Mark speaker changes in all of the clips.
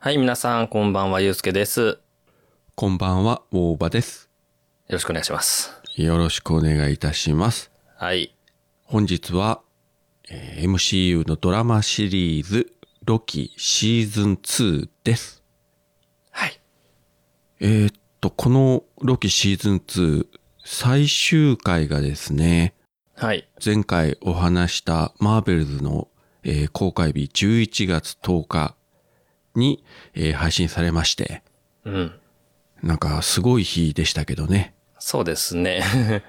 Speaker 1: はい、皆さん、こんばんは、ゆうすけです。よ
Speaker 2: こんばんは、大場です。
Speaker 1: ろしくお願いします。
Speaker 2: よろしくお願いいたします。
Speaker 1: はい。
Speaker 2: 本日は、えー MCU のドラマシリーズ、ロキシーズン2です。
Speaker 1: はい。
Speaker 2: えーっと、このロキシーズン2、最終回がですね、
Speaker 1: はい。
Speaker 2: 前回お話したマーベルズの、えー公開日11月10日に、えー配信されまして、
Speaker 1: うん。
Speaker 2: なんかすごい日でしたけどね。
Speaker 1: そうですね。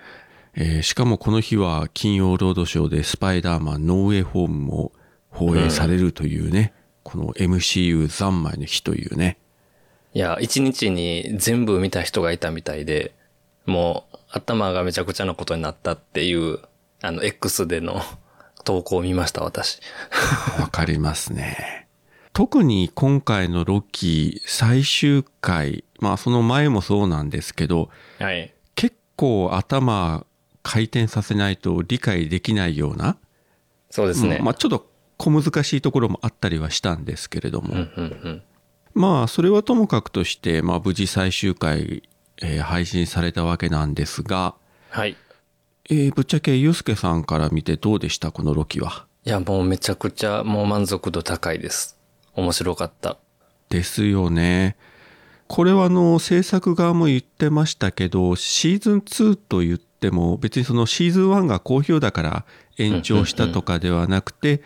Speaker 2: えーしかもこの日は金曜ロードショーでスパイダーマンノーウェイホームも放映されるというね、この MCU 三昧の日というね、
Speaker 1: いや、一日に全部見た人がいたみたいで、もう、頭がめちゃくちゃなことになったっていう、あの、X での 投稿を見ました、私。
Speaker 2: わかりますね。特に今回のロッキー最終回、まあその前もそうなんですけど、
Speaker 1: はい。
Speaker 2: 結構頭回転させないと理解できないような、
Speaker 1: そうですね。
Speaker 2: うんまあちょっと小難しいところもあったりはしたんですけれども、
Speaker 1: うん、うん、うん。
Speaker 2: まあそれはともかくとして、まあ、無事最終回、えー配信されたわけなんですが、
Speaker 1: はい。
Speaker 2: えーぶっちゃけユースケさんから見てどうでしたこのロキはい
Speaker 1: や、もうめちゃくちゃ、もう満足度高いです。面白かった。
Speaker 2: ですよねこれはあの制作側も言ってましたけどシーズン2と言っても別にそのシーズン1が好評だから延長したとかではなくて、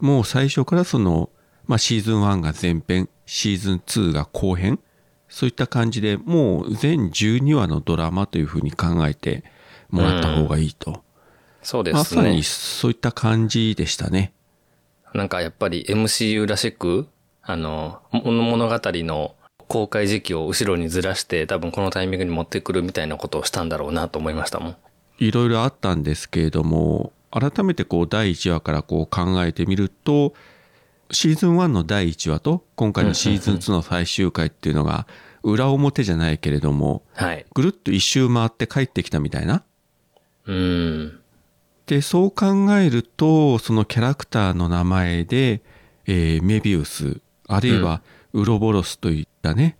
Speaker 2: もう最初からその、まあ、シーズン1が前編シーズン2が後編そういった感じでもう全12話のドラマというふうに考えてもらった方がいいと、
Speaker 1: そうで
Speaker 2: ます
Speaker 1: ね。
Speaker 2: さにそういった感じでしたね。
Speaker 1: なんかやっぱり MCU らしく、あの、も物語の公開時期を後ろにずらして、多分このタイミングに持ってくるみたいなことをしたんだろうなと思いましたもん。
Speaker 2: いろいろあったんですけれども改めてこう第1話からこう考えてみるとシーズン1の第1話と今回のシーズン2の最終回っていうのが裏表じゃないけれども
Speaker 1: はい。
Speaker 2: ぐるっと一周回って帰ってきたみたいな。
Speaker 1: うーん。
Speaker 2: でそう考えるとそのキャラクターの名前で、えーメビウスあるいはウロボロスといったね、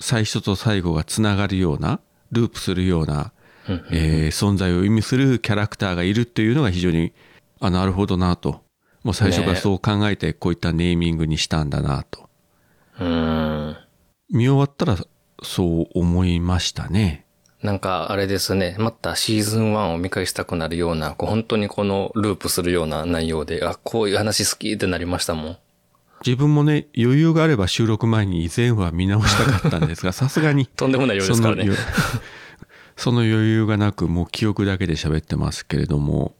Speaker 2: 最初と最後がつながるようなループするような、
Speaker 1: うんうん
Speaker 2: えー存在を意味するキャラクターがいるっていうのが非常にあなるほどなともう最初から
Speaker 1: ね
Speaker 2: そう考えてこういったネーミングにしたんだなと、
Speaker 1: うーん。
Speaker 2: 見終わったらそう思いましたね。
Speaker 1: なんかあれですね、またシーズン1を見返したくなるような、こう本当にこのループするような内容で、あ、こういう話好きってなりましたもん。
Speaker 2: 自分もね余裕があれば収録前に前話見直したかったんですがさすがに
Speaker 1: とんでもないようですからね
Speaker 2: その。余 その余裕がなくもう記憶だけで喋ってますけれども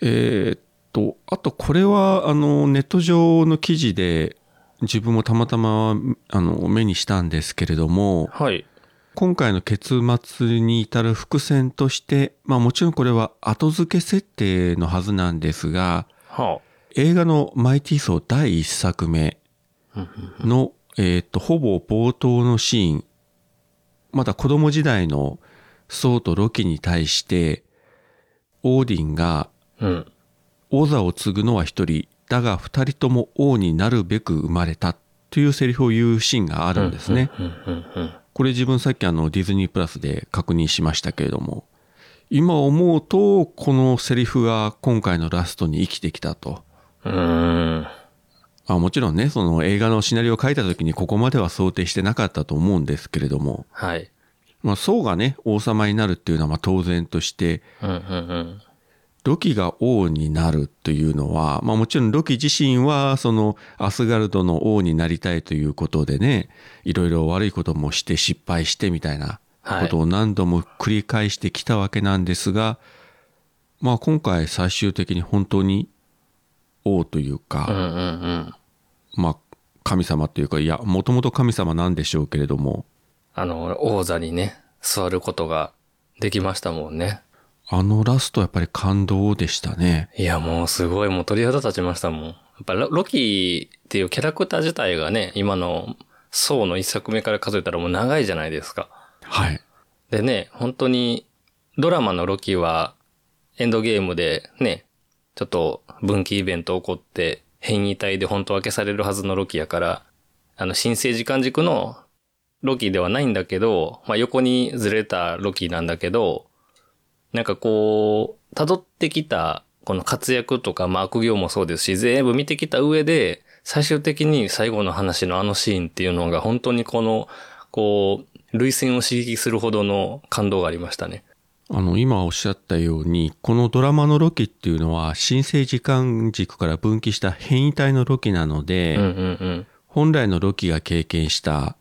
Speaker 2: えーっとあとこれはあのネット上の記事で自分もたまたまあの目にしたんですけれども
Speaker 1: はい。
Speaker 2: 今回の結末に至る伏線として、まあ、もちろんこれは後付け設定のはずなんですが
Speaker 1: は
Speaker 2: 映画の「マイティー・ソー」第1作目
Speaker 1: あ。うん
Speaker 2: の、えーっとほぼ冒頭のシーンまだ子供時代のソーとロキに対してオーディンが
Speaker 1: うん。うん
Speaker 2: 王座を継ぐのは一人だが二人とも王になるべく生まれたというセリフを言うシーンがあるんですね。
Speaker 1: うんうんうん。
Speaker 2: これ自分さっきあのディズニープラスで確認しましたけれども今思うとこのセリフが今回のラストに生きてきたと。
Speaker 1: うーん。
Speaker 2: あもちろんねその映画のシナリオを書いた時にここまでは想定してなかったと思うんですけれども
Speaker 1: はい。
Speaker 2: まあ、宋がね王様になるっていうのはまあ当然として
Speaker 1: うんうんうん。
Speaker 2: ロキが王になるというのは、まあ、もちろんロキ自身はそのアスガルドの王になりたいということでねいろいろ悪いこともして失敗してみたいな
Speaker 1: はい
Speaker 2: ことを何度も繰り返してきたわけなんですが、まあ、今回最終的に本当に王という
Speaker 1: う
Speaker 2: か、
Speaker 1: んうんうん。
Speaker 2: まあ、神様というかいやもともと神様なんでしょうけれども
Speaker 1: あの、王座にね、座ることができましたもんね。
Speaker 2: あのラストやっぱり感動でしたね。
Speaker 1: いや、もうすごい、もう鳥肌立ちましたもん。やっぱロロキっていうキャラクター自体がね、今の、ソーの一作目から数えたらもう長いじゃないですか。
Speaker 2: はい
Speaker 1: でね、本当に、ドラマのロキは、エンドゲームでね、ちょっと分岐イベント起こって、変異体で本当分けされるはずのロキやから、あの、新生時間軸のロキではないんだけど、まあ、横にずれたロキなんだけど、なんかこう、辿ってきた、この活躍とか、まあ、悪行もそうですし、全部見てきた上で、最終的に最後の話のあのシーンっていうのが本当にこの、こう、類線を刺激するほどの感動がありましたね。
Speaker 2: あの、今おっしゃったように、このドラマのロキっていうのは、新生時間軸から分岐した変異体のロキなので、
Speaker 1: うんうんうん。
Speaker 2: 本来のロキが経験した、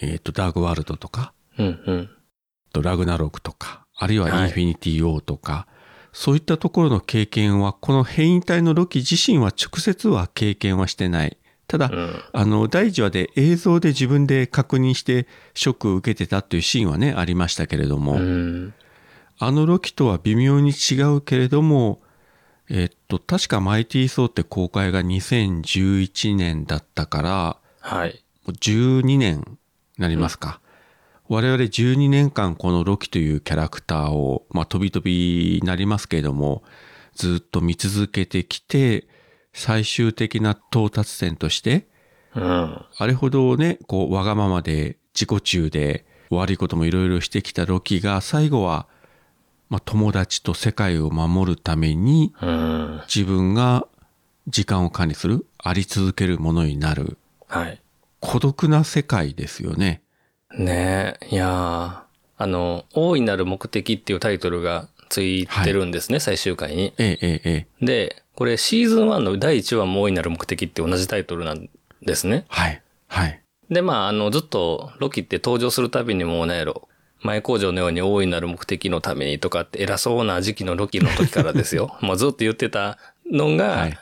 Speaker 2: えっ、と、ダークワールドとか、
Speaker 1: うんうん。
Speaker 2: ドラグナロクとか、あるい
Speaker 1: は
Speaker 2: はいインフィニティ・オーとか、そういったところの経験は、この変異体のロキ自身は直接は経験はしてない。ただ、
Speaker 1: うん。
Speaker 2: あの、第1話で映像で自分で確認してショックを受けてたっていうシーンはね、ありましたけれども、
Speaker 1: うん。
Speaker 2: あのロキとは微妙に違うけれども、えっと、確かマイティー・ソーって公開が2011年だったから、
Speaker 1: はい。
Speaker 2: もう12年になりますか。我々12年間このロキというキャラクターを、まあ、飛び飛びになりますけれども、ずっと見続けてきて、最終的な到達点として、
Speaker 1: うん。
Speaker 2: あれほどね、こう、わがままで、自己中で、悪いこともいろいろしてきたロキが、最後は、まあ、友達と世界を守るために、
Speaker 1: うん。
Speaker 2: 自分が時間を管理する、あり続けるものになる、
Speaker 1: はい。
Speaker 2: 孤独な世界ですよね。
Speaker 1: ねえ、いやーあの、大いなる目的っていうタイトルがついてるんですね、最終回に。
Speaker 2: ええええええ。
Speaker 1: で、これシーズン1の第1話も大いなる目的って同じタイトルなんですね。
Speaker 2: はい。はい。
Speaker 1: で、まあ、あの、ずっとロキって登場するたびにもうなんやろ、前工場のように大いなる目的のためにとかって偉そうな時期のロキの時からです よ。まあ、ずっと言ってたのが、
Speaker 2: はい。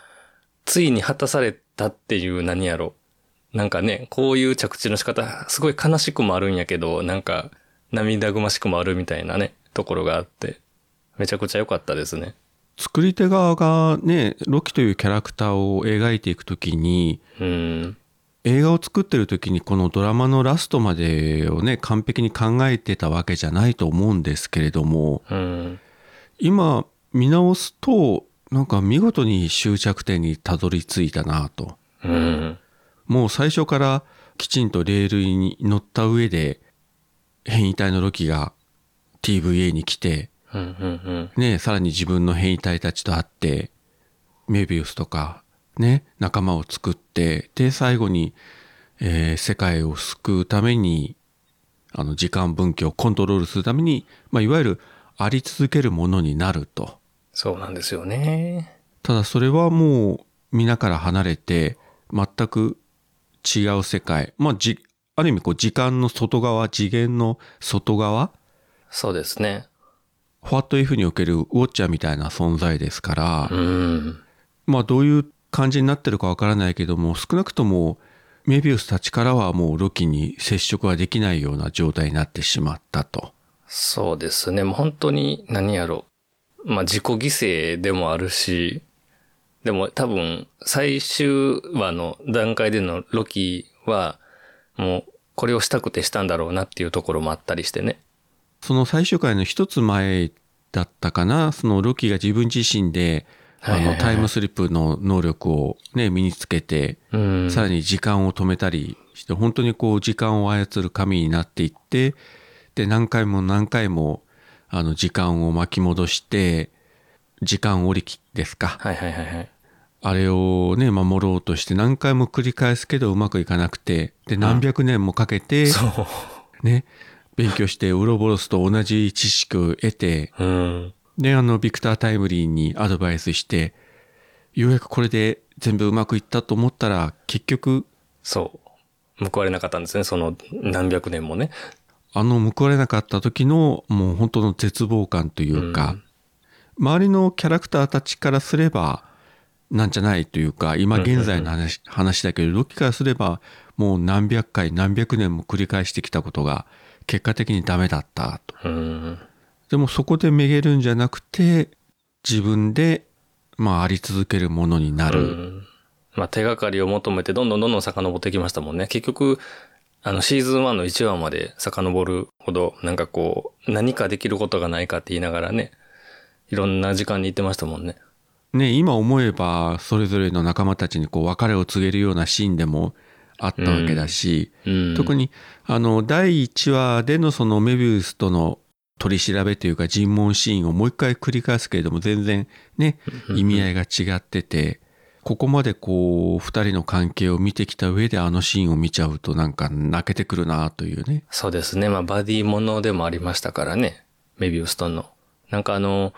Speaker 1: ついに果たされたっていう何やろ。なんかね、こういう着地の仕方、すごい悲しくもあるんやけど、なんか涙ぐましくもあるみたいなね、ところがあって、めちゃくちゃ良かったですね。
Speaker 2: 作り手側がね、ロキというキャラクターを描いていくときに、
Speaker 1: うん。
Speaker 2: 映画を作ってる時にこのドラマのラストまでをね完璧に考えてたわけじゃないと思うんですけれども
Speaker 1: うん。
Speaker 2: 今見直すとなんか見事に終着点にたどり着いたなと
Speaker 1: うん。
Speaker 2: もう最初からきちんとレールに乗った上で変異体のロキが TVA に来て
Speaker 1: うん。うん。
Speaker 2: ねさらに自分の変異体たちと会ってメビウスとかね仲間を作ってで最後に、えー世界を救うためにあの時間分岐をコントロールするために、まあ、いわゆるあり続けるものになると
Speaker 1: そうなんですよね。
Speaker 2: ただそれはもう皆から離れて全く違う世界まあじある意味こう時間の外側次元の外側
Speaker 1: そうですね。
Speaker 2: ファット F におけるウォッチャーみたいな存在ですから、
Speaker 1: うん。
Speaker 2: まあどういう感じになってるかわからないけども少なくともメビウスたちからはもうロキに接触はできないような状態になってしまったと。
Speaker 1: そうですね。もう本当に何やろ。まあ自己犠牲でもあるし、でも多分最終話の段階でのロキは、もうこれをしたくてしたんだろうなっていうところもあったりしてね。
Speaker 2: その最終回の一つ前だったかなそのロキが自分自身であ
Speaker 1: はいはい
Speaker 2: の
Speaker 1: はい
Speaker 2: タイムスリップの能力をね身につけて
Speaker 1: うん。
Speaker 2: さらに時間を止めたりして本当にこう時間を操る神になっていってで何回も何回もあの時間を巻き戻して時間折り機ですか
Speaker 1: はいはいはいはい。
Speaker 2: あれをね、守ろうとして何回も繰り返すけどうまくいかなくて、で、何百年もかけて、
Speaker 1: そ
Speaker 2: ね、勉強してウロボロスと同じ知識を得て、
Speaker 1: う。うん。
Speaker 2: で、あの、ビクター・タイムリーにアドバイスして、ようやくこれで全部うまくいったと思ったら、結局、
Speaker 1: そう。報われなかったんですね。その何百年もね。
Speaker 2: あの、報われなかった時の、もう本当の絶望感というか、周りのキャラクターたちからすれば、なんじゃないというか、今現在の話,、話だけど、ロキからすれば、もう何百回何百年も繰り返してきたことが、結果的にダメだったと。
Speaker 1: うん。
Speaker 2: でもそこでめげるんじゃなくて、自分で、まあ、あり続けるものにな
Speaker 1: う
Speaker 2: る。
Speaker 1: んまあ、手がかりを求めてどんどんどんどん遡ってきましたもんね。結局、あの、シーズン1の1話まで遡るほど、なんかこう、何かできることがないかって言いながらね、いろんな時間に行ってましたもんね。
Speaker 2: ね、今思えば、それぞれの仲間たちにこう、別れを告げるようなシーンでも、あったわけだし、
Speaker 1: うん。
Speaker 2: 特
Speaker 1: に。
Speaker 2: にあの第1話でのそのメビウスとの取り調べというか尋問シーンをもう一回繰り返すけれども全然ね意味合いが違っててここまでこう二人の関係を見てきた上であのシーンを見ちゃうとなんか泣けてくるなというね
Speaker 1: そうですね。まあ、バディものでもありましたからね。メビウスとの。なんかあの、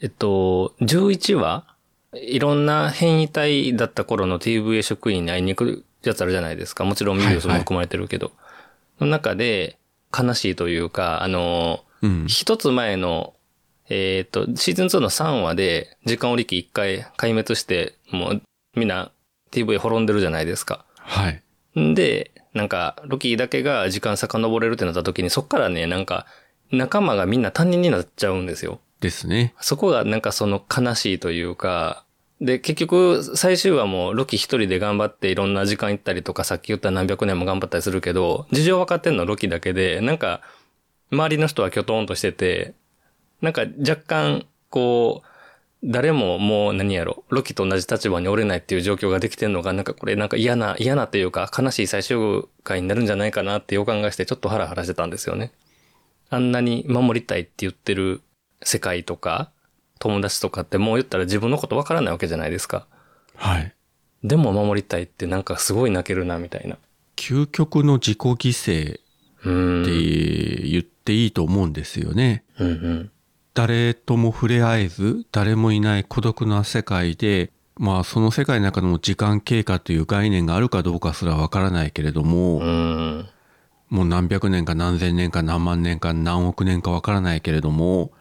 Speaker 1: えっと、11話いろんな変異体だった頃の TVA 職員に会いに行くやつあるじゃないですか。もちろんメビウスも含まれてるけど。その中で、悲しいというか、あの、
Speaker 2: うん
Speaker 1: 一つ前の、えっ、と、シーズン2の3話で、時間織機一回壊滅して、もう、みんな TVA 滅んでるじゃないですか。
Speaker 2: はい
Speaker 1: んで、なんか、ロキだけが時間遡れるってなった時に、そっからね、なんか、仲間がみんな他人になっちゃうんですよ。
Speaker 2: ですね
Speaker 1: そこがなんかその悲しいというか、で、結局、最終話もロキ一人で頑張っていろんな時間行ったりとか、さっき言った何百年も頑張ったりするけど、事情分かってんのロキだけで、なんか、周りの人はキョトンとしてて、なんか若干、こう、誰ももう何やろ、ロキと同じ立場におれないっていう状況ができてんのが、なんかこれなんか嫌な、嫌なというか、悲しい最終回になるんじゃないかなって予感がして、ちょっとハラハラしてたんですよね。あんなに守りたいって言ってる世界とか、友達とかってもう言ったら自分のことわからないわけじゃないですか。
Speaker 2: はい
Speaker 1: でも守りたいってなんかすごい泣けるな、みたいな。
Speaker 2: 究極の自己犠牲っ
Speaker 1: う
Speaker 2: て
Speaker 1: ん。
Speaker 2: 言っていいと思うんですよね、
Speaker 1: うんうん。
Speaker 2: 誰とも触れ合えず誰もいない孤独な世界でまあその世界の中の時間経過という概念があるかどうかすらわからないけれども、
Speaker 1: うん。
Speaker 2: もう何百年か何千年か何万年か何億年かわからないけれども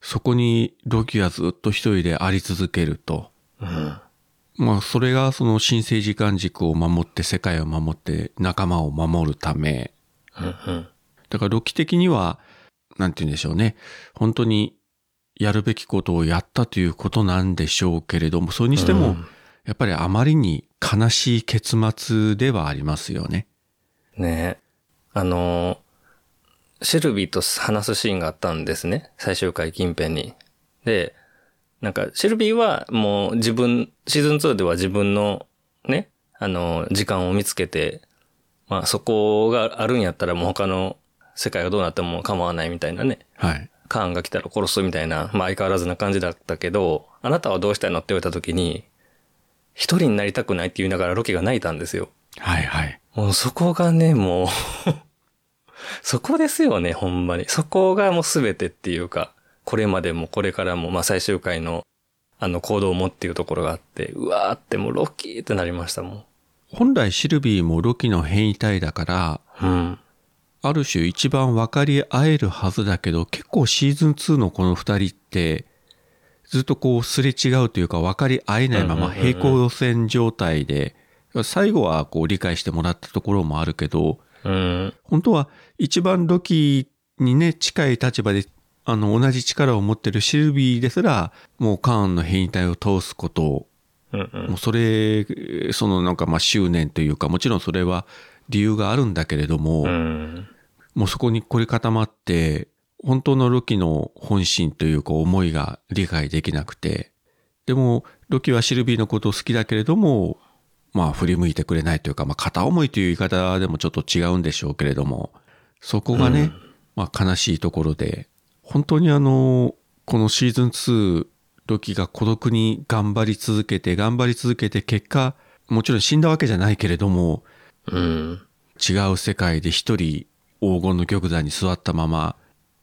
Speaker 2: そこにロキはずっと一人であり続けると
Speaker 1: うん。
Speaker 2: まあそれがその神聖時間軸を守って世界を守って仲間を守るため
Speaker 1: うん。
Speaker 2: だからロキ的には、なんて言うんでしょうね。本当にやるべきことをやったということなんでしょうけれども、それにしても、
Speaker 1: うん
Speaker 2: やっぱりあまりに悲しい結末ではありますよね。
Speaker 1: ねえ。あの、シェルビーと話すシーンがあったんですね。最終回近辺に。で、なんか、シェルビーはもう自分、シーズン2では自分のね、あの、時間を見つけて、まあそこがあるんやったらもう他の世界がどうなっても構わないみたいなね。
Speaker 2: はい。
Speaker 1: カーンが来たら殺すみたいな、まあ相変わらずな感じだったけど、あなたはどうしたいのって言われた時に、一人になりたくないって言いながらロキが泣いたんですよ。
Speaker 2: はいはい。
Speaker 1: もうそこがね、もう、 そこですよね、ほんまに。そこがもう全てっていうか、これまでもこれからも、まあ最終回の、あの行動もっていうところがあって、うわーってもうロッキーってなりましたも
Speaker 2: 本来シルビーもロキの変異体だから、
Speaker 1: ん。うん。
Speaker 2: ある種一番分かり合えるはずだけど、結構シーズン2のこの二人って、ずっとこうすれ違うというか分かり合えないまま
Speaker 1: うんうんうんうん
Speaker 2: 平行路線状態で、最後はこう理解してもらったところもあるけど、
Speaker 1: うん。
Speaker 2: 本当は一番ロキにね、近い立場で、あの、同じ力を持ってるシルビーですら、もうカーンの変異体を通すことを、
Speaker 1: うんうん
Speaker 2: もうそれ、えーそのなんかまあ執念というか、もちろんそれは理由があるんだけれども、
Speaker 1: うん。
Speaker 2: もうそこに凝り固まって、本当のロキの本心というか思いが理解できなくて、でも、ロキはシルビーのことを好きだけれども、まあ振り向いてくれないというか、まあ片思いという言い方でもちょっと違うんでしょうけれども、そこがね、
Speaker 1: うん
Speaker 2: まあ悲しいところで、本当にあの、このシーズン2、ロキが孤独に頑張り続けて、頑張り続けて、結果、もちろん死んだわけじゃないけれども、
Speaker 1: うん。
Speaker 2: 違う世界で一人黄金の玉座に座ったまま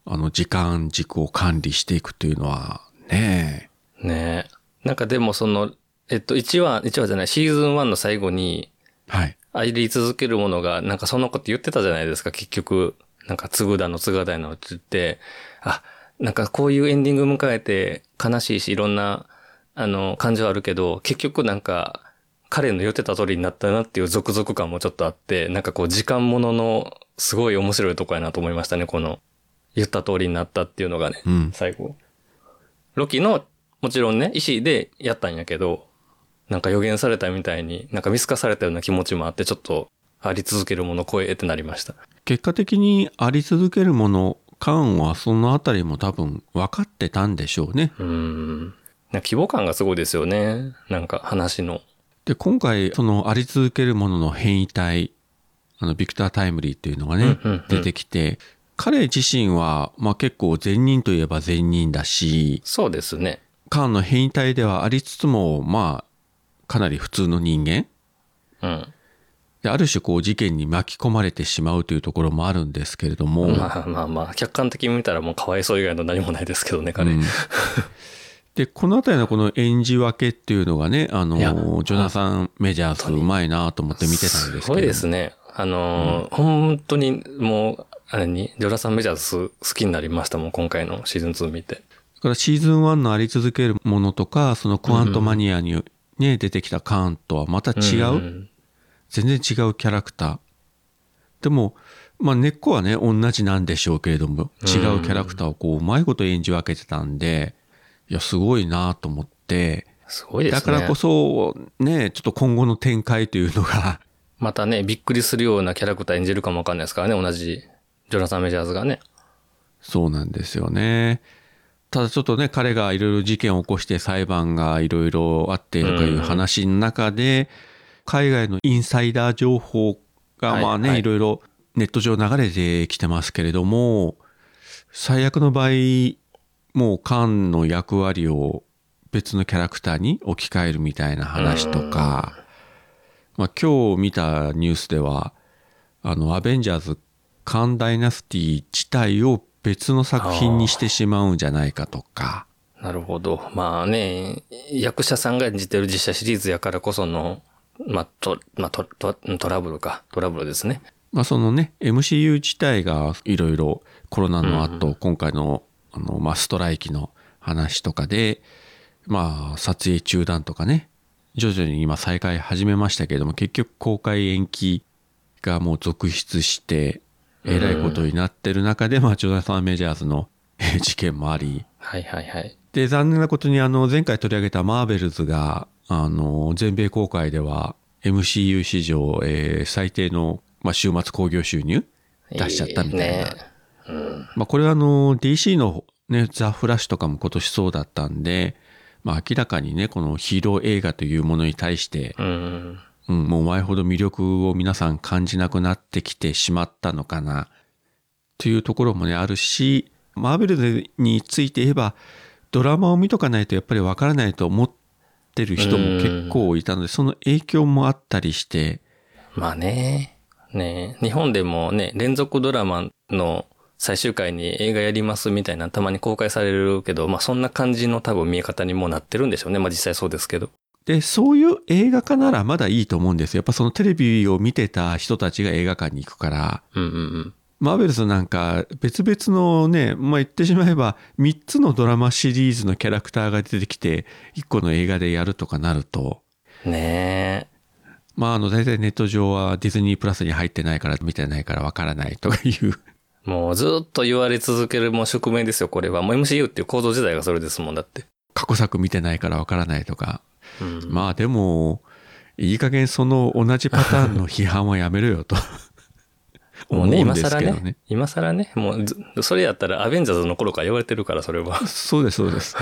Speaker 2: あの時間軸を管理していくというのはね
Speaker 1: ねえ。なんかでもその、えっと、1話、1話じゃない、シーズン1の最後に、
Speaker 2: えはい
Speaker 1: あり続けるものが、なんかそんなこと言ってたじゃないですか、結局。なんか、つぐだのつがだのって言って、あ、なんかこういうエンディング迎えて悲しいし、いろんな、あの、感情あるけど、結局なんか、彼の言ってた通りになったなっていう続々感もちょっとあって、なんかこう、時間ものの、すごい面白いとこやなと思いましたね、この、言った通りになったっていうのがね、
Speaker 2: うん
Speaker 1: 最後。ロキの、もちろんね、意思でやったんやけど、なんか予言されたみたいに、なんか見透かされたような気持ちもあって、ちょっと、あり続けるもの超えってなりました。
Speaker 2: 結果的にあり続けるものカーンはそのあたりも多分分かってたんでしょうね
Speaker 1: うーん。なんか規模感がすごいですよね。なんか話の。
Speaker 2: で、今回、そのあり続けるものの変異体、あの、ビクター・タイムリーっていうのがね、
Speaker 1: うんうんうん
Speaker 2: 出てきて、彼自身は、まあ結構善人といえば善人だし、
Speaker 1: そうですね。
Speaker 2: カーンの変異体ではありつつも、まあ、かなり普通の人間
Speaker 1: うん。
Speaker 2: で、ある種こう事件に巻き込まれてしまうというところもあるんですけれども、
Speaker 1: まあまあまあ、客観的に見たらもうかわいそう以外の何もないですけどね、彼。
Speaker 2: うんで、このあたりのこの演じ分けっていうのがね、あの
Speaker 1: いや、
Speaker 2: ジョナサン・メジャースうまいなと思って見てたんですけど。
Speaker 1: すごいですね。あのー、本当にもう、あれに、ジョナサン・メジャース好きになりましたもん、今回のシーズン2見て。
Speaker 2: だからシーズン1のあり続けるものとか、そのクワントマニアに、ね出てきたカーンとはまた違う、
Speaker 1: ん
Speaker 2: 全然違うキャラクター。でも、まあ根っこはね、同じなんでしょうけれども、違うキャラクターをこう、うまいこと演じ分けてたんで、いや、すごいなと思って、
Speaker 1: すごいですね。
Speaker 2: だからこそ、ね、ちょっと今後の展開というのが、
Speaker 1: またね、びっくりするようなキャラクター演じるかもわかんないですからね、同じ、ジョナサン・メジャーズがね。
Speaker 2: そうなんですよね。ただちょっとね、彼がいろいろ事件を起こして裁判がいろいろあってとかいう話の中で、海外のインサイダー情報が
Speaker 1: はい
Speaker 2: まあ
Speaker 1: は
Speaker 2: ね、
Speaker 1: い
Speaker 2: いろいろネット上流れてきてますけれども、最悪の場合、もうカンの役割を別のキャラクターに置き換えるみたいな話とか、まあ今日見たニュースでは、あの、アベンジャーズ、カンダイナスティ自体を別の作品にしてしまうんじゃないかとか、
Speaker 1: なるほど。まあね、役者さんが演じてる実写シリーズやからこその、まあ、と、まあ、と、と、トラブルか。トラブルですね。
Speaker 2: まあそのね、MCU 自体がいろいろコロナの後、今回の、あの、まあストライキの話とかで、まあ撮影中断とかね、徐々に今再開始めましたけれども、結局公開延期がもう続出して、えらいことになってる中で、まあジョナサン・メジャーズの えー事件もあり、
Speaker 1: はいはいはい。
Speaker 2: で、残念なことに、あの、前回取り上げたマーベルズが、あの、全米公開では、MCU 史上、えー最低の、まあ、週末興行収入出しちゃったみたいな。
Speaker 1: ね。
Speaker 2: まあ、これは、あの、DC の、ね、ザ・フラッシュとかも今年そうだったんで、まあ、明らかにね、このヒーロー映画というものに対して、
Speaker 1: うん。
Speaker 2: うん、もう前ほど魅力を皆さん感じなくなってきてしまったのかな、というところもね、あるし、マーベルについて言えば、ドラマを見とかないとやっぱりわからないと思ってる人も結構いたので、その影響もあったりして、
Speaker 1: まあね。ね日本でもね、連続ドラマの最終回に映画やりますみたいなたまに公開されるけど、まあそんな感じの多分見え方にもうなってるんでしょうね。まあ実際そうですけど。
Speaker 2: で、そういう映画化ならまだいいと思うんですよ。やっぱそのテレビを見てた人たちが映画館に行くから、
Speaker 1: うんうんうん。
Speaker 2: マーベルズなんか別々のね、まあ、言ってしまえば3つのドラマシリーズのキャラクターが出てきて1個の映画でやるとかなると、
Speaker 1: ね
Speaker 2: まああの大体ネット上はディズニープラスに入ってないから見てないからわからないとかいう。
Speaker 1: え。もうずっと言われ続けるもう宿命ですよ、これは。もう MCU っていう構造自体がそれですもんだって。
Speaker 2: 過去作見てないからわからないとか。
Speaker 1: うん。
Speaker 2: まあでも、いい加減その同じパターンの批判はやめろよと
Speaker 1: も
Speaker 2: 思う
Speaker 1: うんね、今
Speaker 2: です
Speaker 1: 更
Speaker 2: けどね。
Speaker 1: ね。今更ね。もうず、それやったらアベンジャーズの頃から言われてるから、それは。
Speaker 2: そうです、そうです。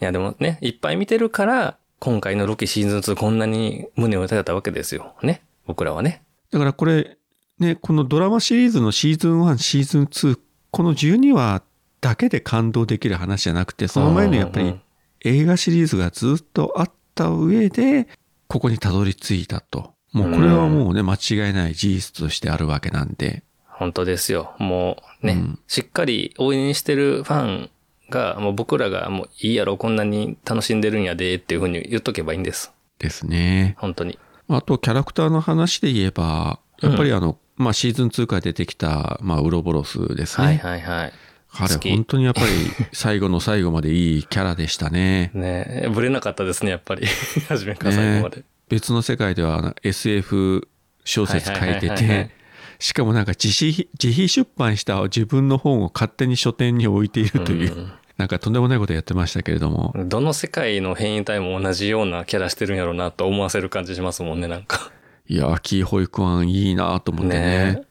Speaker 1: いや、でもね、いっぱい見てるから、今回のロキシーズン2こんなに胸を打たれたわけですよ。ね。僕らはね。
Speaker 2: だからこれ、ね、このドラマシリーズのシーズン1、シーズン2、この12話だけで感動できる話じゃなくて、その前のやっぱ
Speaker 1: うんう
Speaker 2: り
Speaker 1: ん
Speaker 2: 映画シリーズがずっとあった上で、ここにたどり着いたと。もうこれはもうね、間違いない事実としてあるわけなんで。
Speaker 1: 本当ですよ。もうね、
Speaker 2: うん
Speaker 1: しっかり応援してるファンが、もう僕らがもういいやろ、こんなに楽しんでるんやで、っていうふうに言っとけばいいんです。
Speaker 2: ですね。
Speaker 1: 本当に。
Speaker 2: あと、キャラクターの話で言えば、やっぱりあの、まあ、シーズン2から出てきた、まあ、ウロボロスですね。
Speaker 1: はいはいはい。
Speaker 2: 彼、
Speaker 1: 好き
Speaker 2: 本当にやっぱり最後の最後までいいキャラでしたね。
Speaker 1: ねぶれなかったですね、やっぱり。 初めから最後まで。
Speaker 2: 別の世界ではあの SF 小説書いて
Speaker 1: はいはいはいはいは
Speaker 2: て
Speaker 1: い、
Speaker 2: しかもなんか自費自費出版した自分の本を勝手に書店に置いているという、なんかとんでもないことやってましたけれども、
Speaker 1: どの世界の変異体も同じようなキャラしてるんやろうなと思わせる感じしますもんね、なんか。
Speaker 2: いやー、キーホイクワンいいなと思ってね、
Speaker 1: ね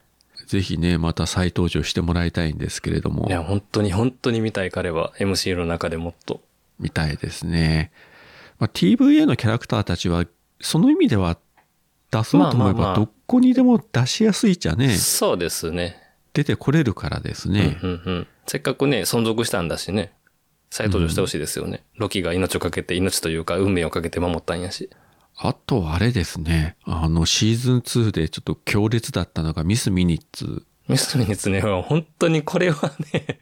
Speaker 2: ぜひね、また再登場してもらいたいんですけれども
Speaker 1: い、や、本当に本当に見たい彼は、MCU の中でもっと。
Speaker 2: みたいですね。まあ、TVA のキャラクターたちはその意味では出そうと思
Speaker 1: まあまあ
Speaker 2: え
Speaker 1: ま
Speaker 2: ば
Speaker 1: あ
Speaker 2: どこにでも出しやすいじゃね
Speaker 1: そうですね。
Speaker 2: 出てこれるからですね、
Speaker 1: うんうんうん。せっかくね、存続したんだしね。再登場してほしいですよね。ロキが命をかけて、命というか運命をかけて守ったんやし。
Speaker 2: あとはあれですねあのシーズン2でちょっと強烈だったのがミス・ミニッツ
Speaker 1: ミスミニッツね、本当にこれはね、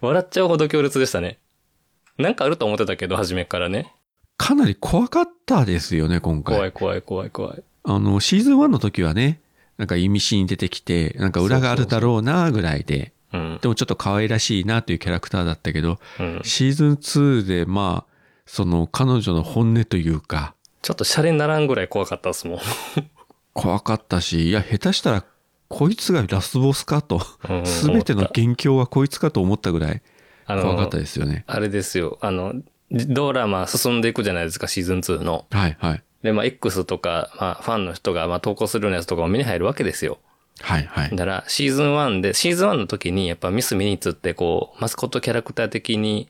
Speaker 1: 笑っちゃうほど強烈でしたね。なんかあると思ってたけど、初めからね。
Speaker 2: かなり怖かったですよね今回
Speaker 1: 怖い怖い怖い怖い。
Speaker 2: あのシーズン1の時はねなんか意味深に出てきてなんか裏があるだろうなぐらいで
Speaker 1: うん。
Speaker 2: でもちょっと可愛らしいなというキャラクターだったけど
Speaker 1: うん。
Speaker 2: シーズン2でまあその彼女の本音というか
Speaker 1: ちょっとシャレにならんぐらい怖かったっすもん。
Speaker 2: 怖かったしいや下手したらこいつがラスボスかと
Speaker 1: うん
Speaker 2: 全ての元凶はこいつかと思ったぐらい
Speaker 1: あ
Speaker 2: 怖かった
Speaker 1: の、
Speaker 2: ですよね。
Speaker 1: あれですよ。あの、ドラマ進んでいくじゃないですか、シーズン2の。
Speaker 2: はいはい
Speaker 1: で、まあ、X とか、まあ、ファンの人が、まあ、投稿するようなやつとかも目に入るわけですよ。
Speaker 2: はいはい
Speaker 1: だから、シーズン1で、シーズン1の時に、やっぱミス・ミニッツって、こう、マスコットキャラクター的に、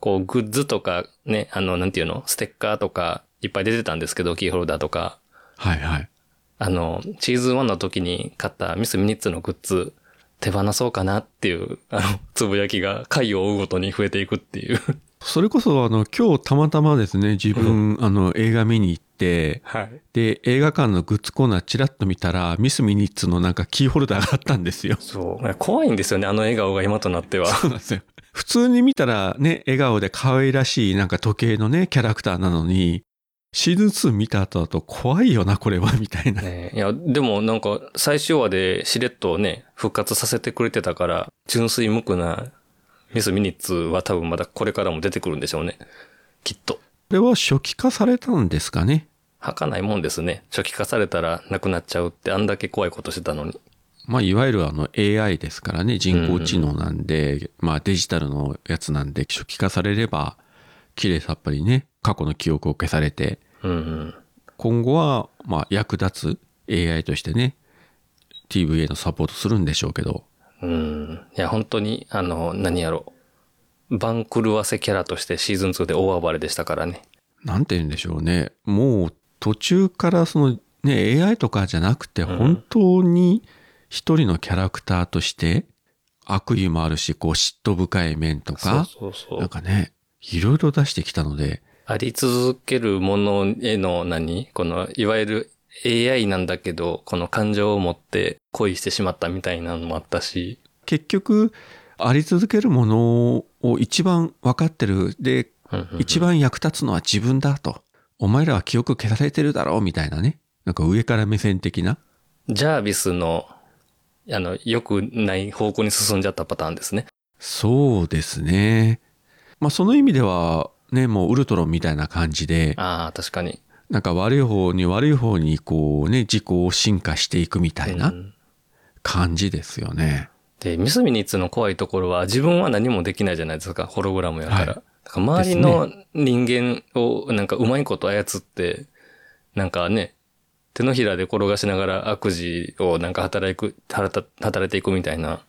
Speaker 1: こう、グッズとか、ね、あの、なんていうの、ステッカーとか、いっぱい出てたんですけど、キーホルダーとか。
Speaker 2: はいはい。
Speaker 1: あの、シーズン1の時に買ったミス・ミニッツのグッズ、手放そうかなっていう、あの、つぶやきが回を追うごとに増えていくっていう。
Speaker 2: それこそあの今日たまたまですね自分あの映画見に行って
Speaker 1: はい。
Speaker 2: で映画館のグッズコーナーちらっと見たらミス・ミニッツのなんかキーホルダーがあったん ですよ。
Speaker 1: そう。怖いんですよね、あの笑顔が今となっては。
Speaker 2: そうなんですよ。普通に見たらね、笑顔で可愛らしいなんか時計のね、キャラクターなのに、シーズン2見た後だと怖いよな、これは、みたいな。
Speaker 1: ねえいや、でもなんか最終話でしれっとね、復活させてくれてたから、純粋無垢なミス・ミニッツは多分まだこれからも出てくるんでしょうね。きっと。
Speaker 2: これは初期化されたんですかね。
Speaker 1: 吐かないもんですね。初期化されたらなくなっちゃうってあんだけ怖いことしてたのに。
Speaker 2: まあ、いわゆるあの AI ですからね、人工知能なんで、まあデジタルのやつなんで、初期化されれば、綺麗さっぱりね、過去の記憶を消されて、
Speaker 1: うんうん。
Speaker 2: 今後は、まあ、役立つ AI としてね、TVA のサポートするんでしょうけど、
Speaker 1: うん。いや、本当に、あの、何やろう。番狂わせキャラとしてシーズン2で大暴れでしたからね。
Speaker 2: なんて言うんでしょうね。もう途中からそのね、AI とかじゃなくて
Speaker 1: ん
Speaker 2: 本当に一人のキャラクターとして悪意もあるし、こう嫉妬深い面と
Speaker 1: そう
Speaker 2: か、
Speaker 1: そうそ
Speaker 2: なん
Speaker 1: う。
Speaker 2: かね、いろいろ出してきたので、
Speaker 1: あり続けるものへの何この、いわゆる AI なんだけど、この感情を持って恋してしまったみたいなのもあったし。
Speaker 2: 結局あり続けるものを一番分かってる。で、
Speaker 1: うんうん
Speaker 2: 一番役立つのは自分だと。お前らは記憶消されてるだろうみたいなね。なんか上から目線的な。
Speaker 1: ジャービスの、あの、良くない方向に進んじゃったパターンですね。
Speaker 2: そうですね。まあその意味では、ね、もうウルトロンみたいな感じで、
Speaker 1: ああ、確かに。
Speaker 2: なんか悪い方に悪い方にこうね、自己を進化していくみたいうなん感じですよね。
Speaker 1: で、ミスミニッツの怖いところは自分は何もできないじゃないですか、ホログラムやから。
Speaker 2: はい
Speaker 1: だから周りの人間をなんかうまいこと操って、なんかね、手のひらで転がしながら悪事をなんか働く、働働いていくみたいな、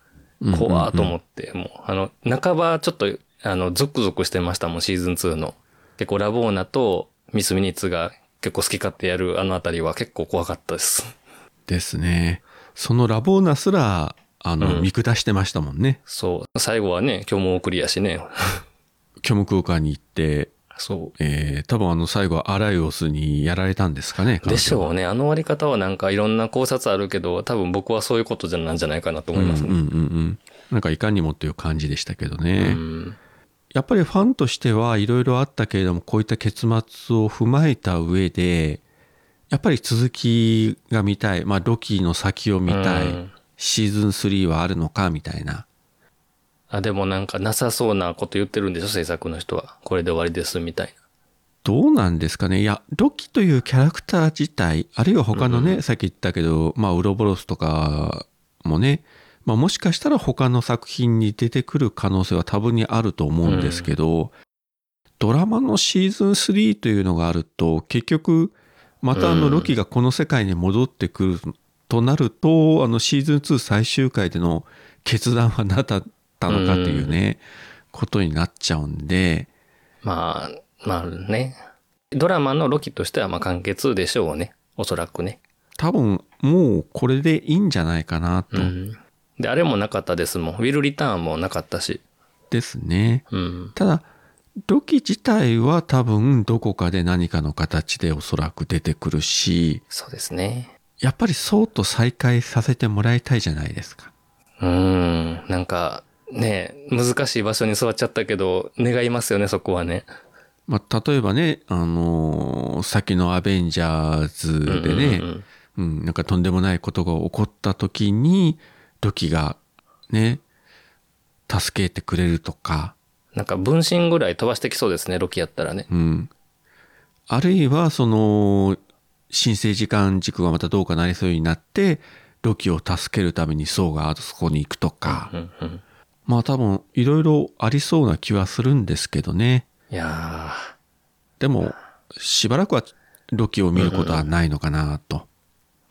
Speaker 2: うんうんうん
Speaker 1: 怖ーと思って、もう、あの、半ばちょっと、あの、ゾクゾクしてましたもん、シーズン2の。結構ラボーナとミスミニッツが結構好き勝手やるあのあたりは結構怖かったです。
Speaker 2: ですね。そのラボーナすら、あの、
Speaker 1: うん
Speaker 2: 見下してましたもんね。
Speaker 1: そう。最後はね、今日も送りやしね。
Speaker 2: 虚無空間に行って、
Speaker 1: そう。
Speaker 2: えー、多分あの最後はアライオスにやられたんですかね。
Speaker 1: でし
Speaker 2: う
Speaker 1: ょうね。あの割り方はなんかいろんな考察あるけど、多分僕はそういうことじゃなんじゃないかなと思います
Speaker 2: うんうん
Speaker 1: ね。
Speaker 2: うんうん。なんかいかにもという感じでしたけどね。
Speaker 1: うん
Speaker 2: やっぱりファンとしてはいろいろあったけれどもこういった結末を踏まえた上でやっぱり続きが見たい、まあ、ロキの先を見たい、
Speaker 1: うん
Speaker 2: シーズン3はあるのかみたいな
Speaker 1: あ、でもなんかなさそうなこと言ってるんでしょ制作の人は。これで終わりです、みたい
Speaker 2: どうなんですかねいやロキというキャラクター自体あるいは他のね、さっき言ったけど、まあ、ウロボロスとかもね、まあ、もしかしたら他の作品に出てくる可能性は多分にあると思うんですけど、ドラマのシーズン3というのがあると結局またあ
Speaker 1: う
Speaker 2: の
Speaker 1: ん
Speaker 2: ロキがこの世界に戻ってくるとなると、あのシーズン2最終回での決断は何だったのかというね、ことになっちゃうんで。
Speaker 1: な。まあ、まあね。ドラマのロキとしてはまあ完結でしょうね。おそらくね。
Speaker 2: 多分もうこれでいいんじゃないかなと、
Speaker 1: うん。で、あれもなかったですもん。ウィル・リターンもなかったし。
Speaker 2: ですね
Speaker 1: うん。
Speaker 2: ただロキ自体は多分どこかで何かの形でおそらく出てくるし
Speaker 1: そうですね。
Speaker 2: やっぱりそうと再会させてもらいたいじゃないですか
Speaker 1: うん。なんか、ね難しい場所に座っちゃったけど、願いますよね、そこはね。
Speaker 2: まあ、例えばね、あのー先のアベンジャーズでね、
Speaker 1: う
Speaker 2: うんん
Speaker 1: うんうん
Speaker 2: なんかとんでもないことが起こった時に、ロキがね、助けてくれるとか、
Speaker 1: なんか分身ぐらい飛ばしてきそうですね、ロキやったらね。
Speaker 2: うん。あるいは、その、新生時間軸がまたどうかなりそうになって、ロキを助けるためにソウがあそこに行くとか、
Speaker 1: うんうん。
Speaker 2: まあ多分いろいろありそうな気はするんですけどね。
Speaker 1: いや
Speaker 2: でも、しばらくはロキを見ることはないのかなと。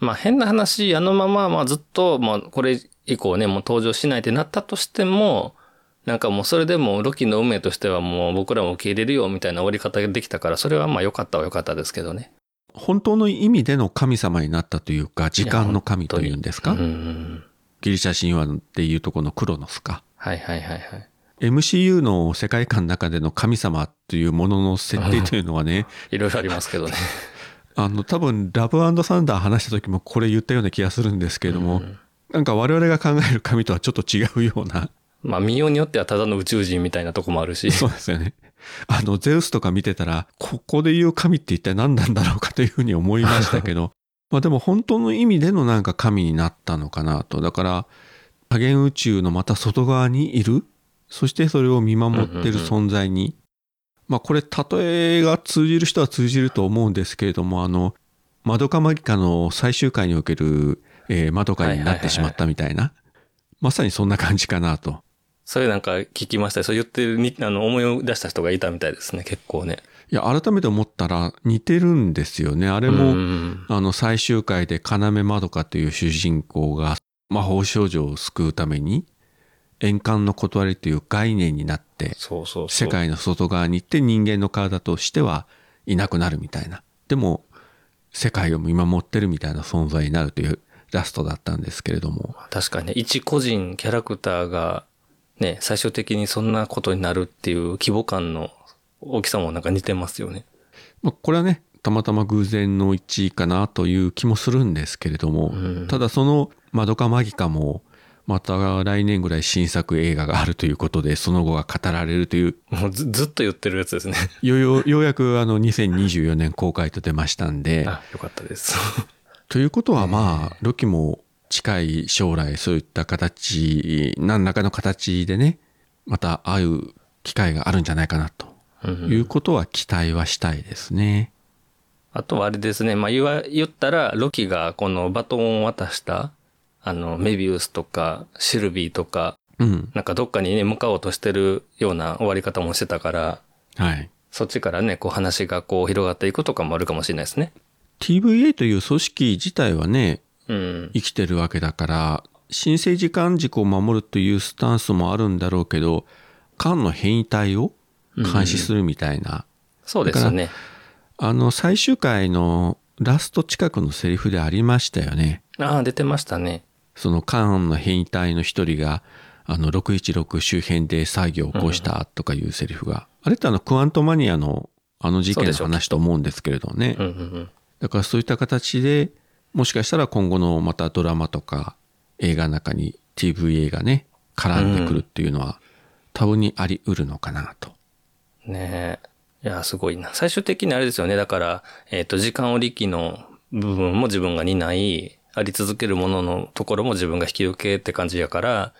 Speaker 1: ーまあ変な話、あのまま、まあずっと、まあこれ以降ね、もう登場しないってなったとしても、なんかもうそれでもロキの運命としてはもう僕らも受け入れるよみたいな終わり方ができたから、それはまあ良かったは良かったですけどね。
Speaker 2: 本当の意味での神様になったというか、時間の神というんです
Speaker 1: うん
Speaker 2: か
Speaker 1: うんうん。
Speaker 2: ギリシャ神話っていうとこのクロノスか。
Speaker 1: はいはいはいはい。
Speaker 2: MCU の世界観の中での神様というものの設定というのはね、
Speaker 1: いろいろありますけどね。
Speaker 2: あの、多分ラブサンダー話した時もこれ言ったような気がするんですけれども、なんか我々が考える神とはちょっと違うような、
Speaker 1: まあ見ようによってはただの宇宙人みたいなとこもあるし。
Speaker 2: そうですよね。あの、ゼウスとか見てたら、ここで言う神って一体何なんだろうかというふうに思いましたけど、 まあでも本当の意味でのなんか神になったのかなと。だから、多元宇宙のまた外側にいる、そしてそれを見守ってる存在に、まあこれ、例えが通じる人は通じると思うんですけれども、あの、マドカマギカの最終回における、えー、マドカになってしまったみたいな、まさにそんな感じかなと。
Speaker 1: それなんか聞きましたよそう言ってるに、あの、思い出した人がいたみたいですね、結構ね。
Speaker 2: いや、改めて思ったら似てるんですよね。あれも、
Speaker 1: うん
Speaker 2: あの、最終回で、要まどかという主人公が、魔法少女を救うために、円環の断りという概念になって、
Speaker 1: そうそうそう。
Speaker 2: 世界の外側に行って人間の体としてはいなくなるみたいな。でも、世界を見守ってるみたいな存在になるというラストだったんですけれども。
Speaker 1: 確かにね、一個人、キャラクターが、ね、最終的にそんなことになるっていう規模感の大きさもなんか似てますよね。
Speaker 2: まあ、これはね、たまたま偶然の一位かなという気もするんですけれども、
Speaker 1: うん
Speaker 2: ただそのマドカマギカも、また来年ぐらい新作映画があるということで、その後が語られるという、
Speaker 1: もうずずっと言ってるやつですね。
Speaker 2: ようようようやくあの2024年公開と出ましたんで、
Speaker 1: あ、よかったです。
Speaker 2: ということはまあ、ロキも近い将来そういった形、何らかの形でね、また会う機会があるんじゃないかなと
Speaker 1: うん
Speaker 2: いうことは期待はしたいですね。
Speaker 1: あとはあれですね、まあ言わ、言ったら、ロキがこのバトンを渡した、あの、メビウスとか、シルビーとか、
Speaker 2: うん。
Speaker 1: なんかどっかにね、向かおうとしてるような終わり方もしてたから、
Speaker 2: はい。
Speaker 1: そっちからね、こう話がこう広がっていくとかもあるかもしれないですね。
Speaker 2: TVA という組織自体はね、
Speaker 1: うん。
Speaker 2: 生きてるわけだから、新生時間軸を守るというスタンスもあるんだろうけど、間の変異体を監視するみたいな、
Speaker 1: そうですよね。
Speaker 2: あの、最終回のラスト近くのセリフでありましたよね。
Speaker 1: ああ、出てましたね。
Speaker 2: その間の変異体の一人が、あの、616周辺で作業を起こしたとかいうセリフが、あれってあの、クワントマニアのあの事件の話と思うんですけれどもね。
Speaker 1: うんうんうん。
Speaker 2: だからそういった形でもしかしたら今後のまたドラマとか映画の中に TVA がね絡んでくるっていうのは多分にあり得るのかなと。
Speaker 1: ねえ。いや、すごいな。最終的にあれですよね。だから、えっ、と、時間織機の部分も自分が担い、あり続けるもののところも自分が引き受けって感じやから、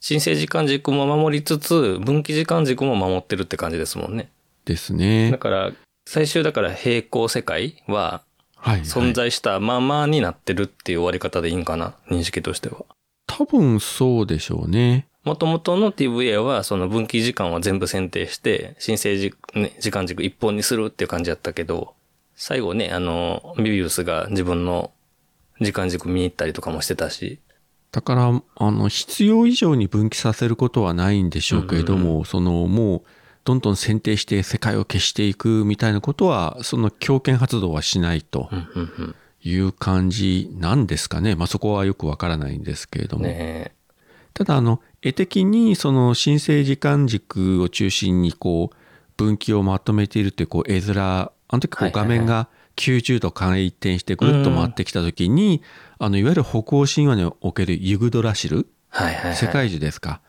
Speaker 1: 新生時間軸も守りつつ、分岐時間軸も守ってるって感じですもんね。
Speaker 2: です
Speaker 1: だ
Speaker 2: ね。
Speaker 1: から、最終だから平行世界は
Speaker 2: はい、
Speaker 1: 存在したままになってるっていう終わり方でいいんかな、認識としては。
Speaker 2: 多分そうでしょうね。
Speaker 1: 元々の TVA はその分岐時間は全部選定して、新生時,、ね、時間軸一本にするっていう感じだったけど、最後ね、あの、メビウスが自分の時間軸見に行ったりとかもしてたし、
Speaker 2: だからあの必要以上に分岐させることはないんでしょうけれども、そのもうどんどん選定して世界を消していくみたいなことは、その強権発動はしないと
Speaker 1: うんうん
Speaker 2: いう感じなんですかね。まあそこはよくわからないんですけれど
Speaker 1: うん。
Speaker 2: も。
Speaker 1: ね
Speaker 2: ただあの絵的にその新生時間軸を中心にこう分岐をまとめているというこう絵面あの時こ
Speaker 1: は
Speaker 2: う
Speaker 1: いはい
Speaker 2: 画
Speaker 1: はい
Speaker 2: 面が90度回転してぐるっと回ってきた時に、あのいわゆる北欧神話におけるユグドラシル、
Speaker 1: はいはいはい。
Speaker 2: 世界樹ですか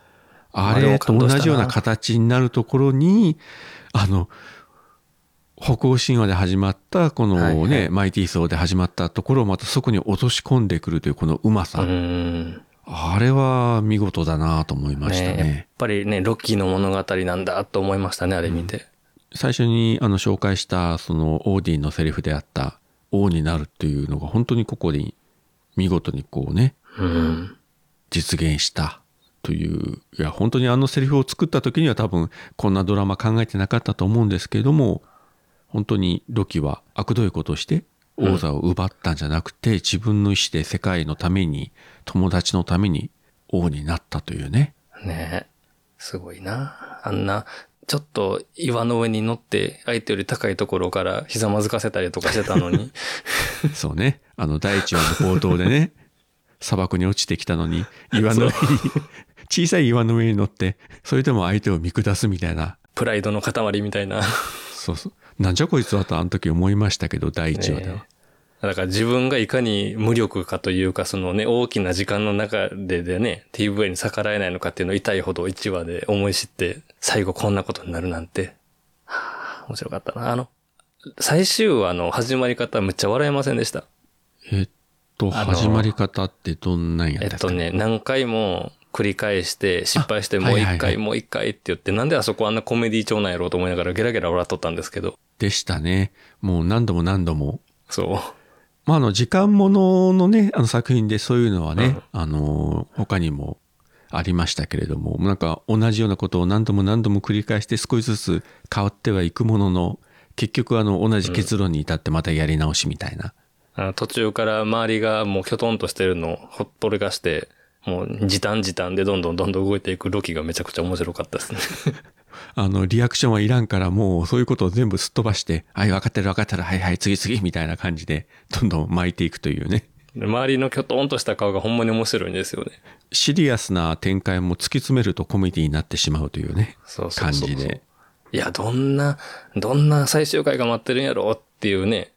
Speaker 2: あ
Speaker 1: あれ
Speaker 2: れ
Speaker 1: も
Speaker 2: と
Speaker 1: 感動
Speaker 2: 同
Speaker 1: したな
Speaker 2: じような形になるところにあの北欧神話で始まったこのね、
Speaker 1: はいはい
Speaker 2: マイティーソーで始まったところをまたそこに落とし込んでくるというこのうまさ、
Speaker 1: うん。
Speaker 2: あれは見事だなと思いましたね。
Speaker 1: ねやっぱりね、ロキの物語なんだと思いましたね、あれ見て。
Speaker 2: 最初にあの紹介したそのオーディンのセリフであった王になるっていうのが本当にここに見事にこうね、
Speaker 1: うん。
Speaker 2: 実現したという、いや本当にあのセリフを作った時には多分こんなドラマ考えてなかったと思うんですけれども、本当にロキは悪どいことをして王座を奪ったんじゃなくて、自分の意志で世界のために友達のために王になったというね。
Speaker 1: ねすごいな。あんな、ちょっと岩の上に乗って相手より高いところからひざまずかせたりとかしてたのに。
Speaker 2: そうね。あの、第一話の冒頭でね、砂漠に落ちてきたのに、岩の上に、小さい岩の上に乗って、それでも相手を見下すみたいな。
Speaker 1: プライドの塊みたいな。
Speaker 2: そうそう。なんじゃこいつはとあの時思いましたけど、第 一話では。
Speaker 1: ねだから自分がいかに無力かというか、そのね、大きな時間の中ででね、TVA に逆らえないのかっていうのを痛いほど1話で思い知って、最後こんなことになるなんて。はあ面白かったな。あの、最終話の始まり方めっちゃ笑えませんでした。
Speaker 2: えっと、
Speaker 1: あの
Speaker 2: 始まり方ってどんなんやった
Speaker 1: え
Speaker 2: っけ
Speaker 1: っとね、何回も繰り返して、失敗して
Speaker 2: あ
Speaker 1: もう
Speaker 2: はい
Speaker 1: 一
Speaker 2: はい
Speaker 1: 回、
Speaker 2: はい
Speaker 1: もう一回って言って、なんであそこあんなコメディ調なんやろうと思いながらゲラゲラ笑っとったんですけど。
Speaker 2: でしたね。もう何度も何度も。
Speaker 1: そう。
Speaker 2: まあ、あの、時間もののね、あの作品でそういうのはね、あの、他にもありましたけれども、なんか同じようなことを何度も何度も繰り返して少しずつ変わってはいくものの、結局あの、同じ結論に至ってまたやり直しみたいな。
Speaker 1: あの途中から周りがもうきょとんとしてるのをほっぽりがして、もう時短時短でどんどんどんどん動いていくロキがめちゃくちゃ面白かったですね。
Speaker 2: あの、リアクションはいらんからもうそういうことを全部すっ飛ばして、はい、分かってる分かってる、はいはい、次次みたいな感じで、どんどん巻いていくというね。
Speaker 1: で周りのきょとんとした顔がほんまに面白いんですよね。
Speaker 2: シリアスな展開も突き詰めるとコメディになってしまうというね、
Speaker 1: そうそう
Speaker 2: 感
Speaker 1: そうそう
Speaker 2: じで。。
Speaker 1: いや、どんな、どんな最終回が待ってるんやろうっていうね、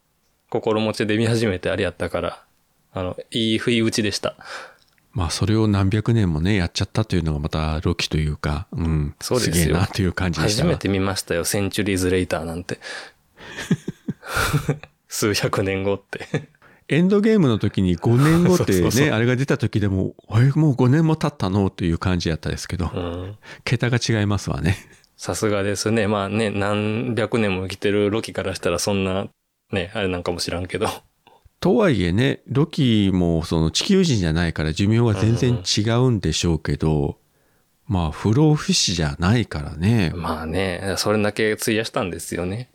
Speaker 1: 心持ちで見始めてあれやったから、あの、いい不意打ちでした。
Speaker 2: まあそれを何百年もねやっちゃったというのがまたロキというか、うん、
Speaker 1: そうですよ
Speaker 2: げえなという感じでした
Speaker 1: 初
Speaker 2: わ
Speaker 1: めて見ましたよ、センチュリーズ・レイターなん て。 数百年後って。
Speaker 2: エンドゲームの時に5年後って ね
Speaker 1: そうそうそう
Speaker 2: あれが出た時でも「えもう5年も経ったの?」という感じやったですけど、
Speaker 1: うん
Speaker 2: 桁が違いますわね。
Speaker 1: さすがですね。まあね、何百年も生きてるロキからしたらそんな、ね、あれなんかも知らんけど。
Speaker 2: とはいえねロキもその地球人じゃないから寿命は全然違うんでしょうけど、まあ不老不死じゃないからね
Speaker 1: まあね、それだけ費やしたんですよね。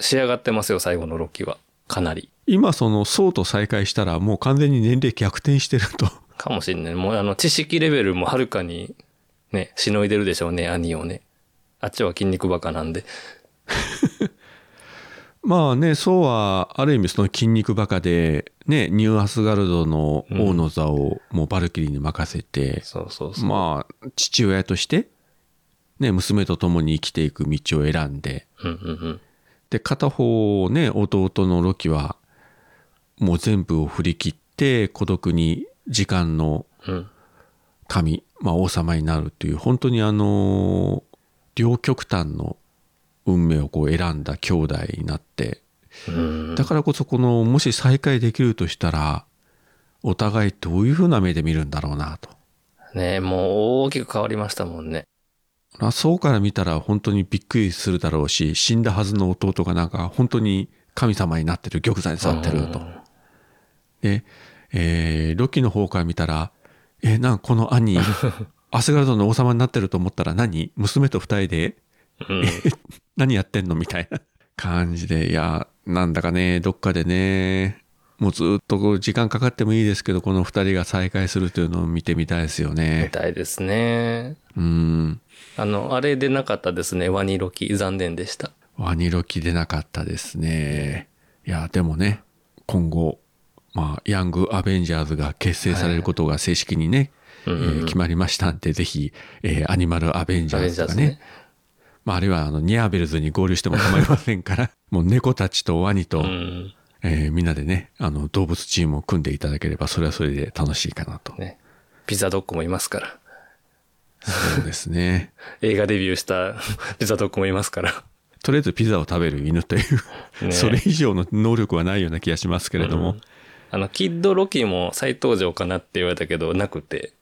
Speaker 1: 仕上がってますよ、最後のロキは。かなり。
Speaker 2: 今その宋と再会したらもう完全に年齢逆転してると。
Speaker 1: かもしんない。もうあの、知識レベルもはるかに、ね、しのいでるでしょうね、兄をね。あっちは筋肉バカなんで。
Speaker 2: まあね、そうは、ある意味その筋肉バカで、ね、ニューアスガルドの王の座をもうバルキリーに任せて、
Speaker 1: そうそうそう。
Speaker 2: まあ、父親として、ね、娘と共に生きていく道を選んで、
Speaker 1: うんうん
Speaker 2: で、片方をね、弟のロキは、もう全部を振り切って、孤独に時間の
Speaker 1: うん。うん。
Speaker 2: 神、まあ王様になるという、本当にあの、両極端の運命をこう選んだ兄弟になって、
Speaker 1: うん
Speaker 2: だからこそこのもし再会できるとしたらお互いどういうふうな目で見るんだろうなと。
Speaker 1: ねもう大きく変わりましたもんね。
Speaker 2: まあそうから見たら本当にびっくりするだろうし死んだはずの弟がなんか本当に神様になってる玉座に座ってると。で、えーロキの方から見たら「えなんかこの 兄アスガルドの王様になってると思ったら何娘と二人で
Speaker 1: うん。
Speaker 2: 何やってんの?」みたいな感じでいやなんだかねどっかでねもうずっとこう時間かかってもいいですけど、この二人が再会するというのを見てみたいですよ
Speaker 1: み
Speaker 2: ね。
Speaker 1: たいですね。
Speaker 2: うん。
Speaker 1: あの、あれ出なかったですね。ワニロキ。残念でした。
Speaker 2: ワニロキ出なかったですね。いや、でもね、今後、まあ、ヤングアベンジャーズが結成されることが正式にね、
Speaker 1: うん
Speaker 2: えー決まりましたんで、ぜひ、えーアニマルアベンジャーズとかね、まあ、あるいはあのニャーベルズに合流しても構いませんから、もう猫たちとワニと、
Speaker 1: うん。
Speaker 2: えーみんなでね、あの動物チームを組んでいただければ、それはそれで楽しいかなと。
Speaker 1: ね。ピザドッグもいますから。
Speaker 2: そうですね。
Speaker 1: 映画デビューした ピザドッグもいますから。
Speaker 2: とりあえずピザを食べる犬という、
Speaker 1: ね
Speaker 2: それ以上の能力はないような気がしますけれども、
Speaker 1: あの、キッドロキも再登場かなって言われたけど、なくて。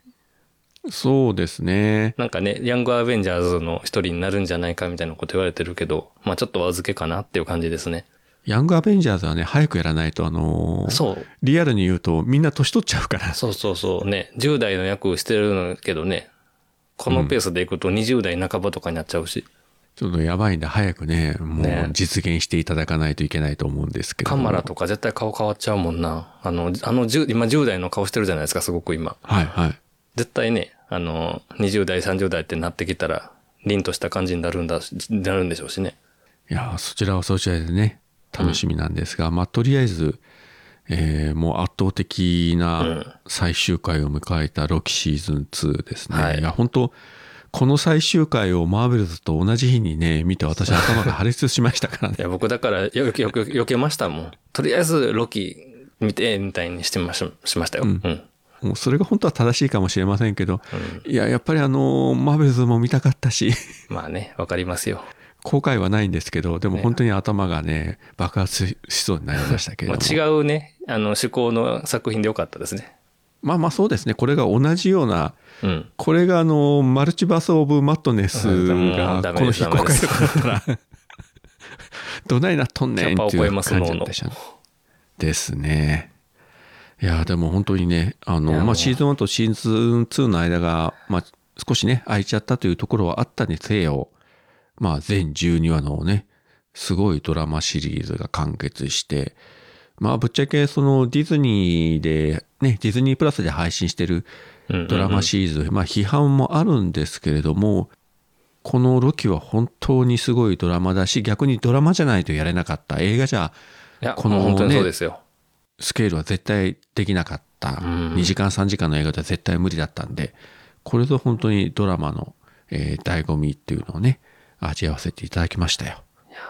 Speaker 2: そうですね。
Speaker 1: なんかね、ヤングアベンジャーズの一人になるんじゃないかみたいなこと言われてるけど、まあちょっとお預けかなっていう感じですね。
Speaker 2: ヤングアベンジャーズはね、早くやらないと、あのー
Speaker 1: そう。
Speaker 2: リアルに言うとみんな年取っちゃうから、
Speaker 1: そうそうそう。ね、10代の役してるのけどね、このペースでいくと20代半ばとかになっちゃうし、
Speaker 2: ちょっとやばいんで、早くね、も
Speaker 1: ね
Speaker 2: う実現していただかないといけないと思うんですけれど
Speaker 1: カ
Speaker 2: も。
Speaker 1: マラとか絶対顔変わっちゃうもんな。あの、あの10、今10代の顔してるじゃないですか、すごく今。
Speaker 2: はいはい。
Speaker 1: 絶対ね、あの、20代、30代ってなってきたら、凛とした感じになるんだし、なるんでしょうしね。
Speaker 2: いやーそちらはそちらでね楽しみなんですが、まあとりあえず、えーもう圧倒的な最終回を迎えたロキシーズン2ですね、
Speaker 1: はい
Speaker 2: い、や本当この最終回をマーベルズと同じ日にね見て私頭が破裂しましたからね
Speaker 1: いや、僕だから、よ、よ、よ、よけましたもん。とりあえず、ロキ見て、みたいにしてまし、しましたよ。うん。
Speaker 2: もうそれが本当は正しいかもしれませんけど、いややっぱりあのーマーベルズも見たかったし
Speaker 1: まあね、わかりますよ。
Speaker 2: 後悔はないんですけどでも本当に頭がね爆発ししそうになりましたけれ
Speaker 1: ま
Speaker 2: ども
Speaker 1: あ、違うね、あの、趣向の作品でよかったですね。
Speaker 2: まあまあそうですねこれが同じような
Speaker 1: うん。
Speaker 2: これがあのマルチバース・オブ・マットネス
Speaker 1: う
Speaker 2: が
Speaker 1: んダメです
Speaker 2: この非公開とかだったら どないなっとんねんっていう
Speaker 1: 100%
Speaker 2: 感じだったじゃんですねいやでも本当にねあ
Speaker 1: いや
Speaker 2: の、
Speaker 1: も
Speaker 2: ま
Speaker 1: う
Speaker 2: あ、シーズン1とシーズン2の間が、まあ、少しね空いちゃったというところはあったにせよ、まあ、全12話のねすごいドラマシリーズが完結してまあぶっちゃけそのディズニーでねディズニープラスで配信してる
Speaker 1: うんうんうん
Speaker 2: ドラマシリーズ、まあ批判もあるんですけれども、このロキは本当にすごいドラマだし、逆にドラマじゃないとやれなかった。映画じゃ
Speaker 1: いや、
Speaker 2: こ
Speaker 1: こ
Speaker 2: の
Speaker 1: の、本当に
Speaker 2: ね
Speaker 1: そうですよ。
Speaker 2: スケールは絶対できなかった。
Speaker 1: ん
Speaker 2: 2時間3時間の映画では絶対無理だったんで、これぞ本当にドラマの、えー醍醐味っていうのをね、味合わせていただきましたよ。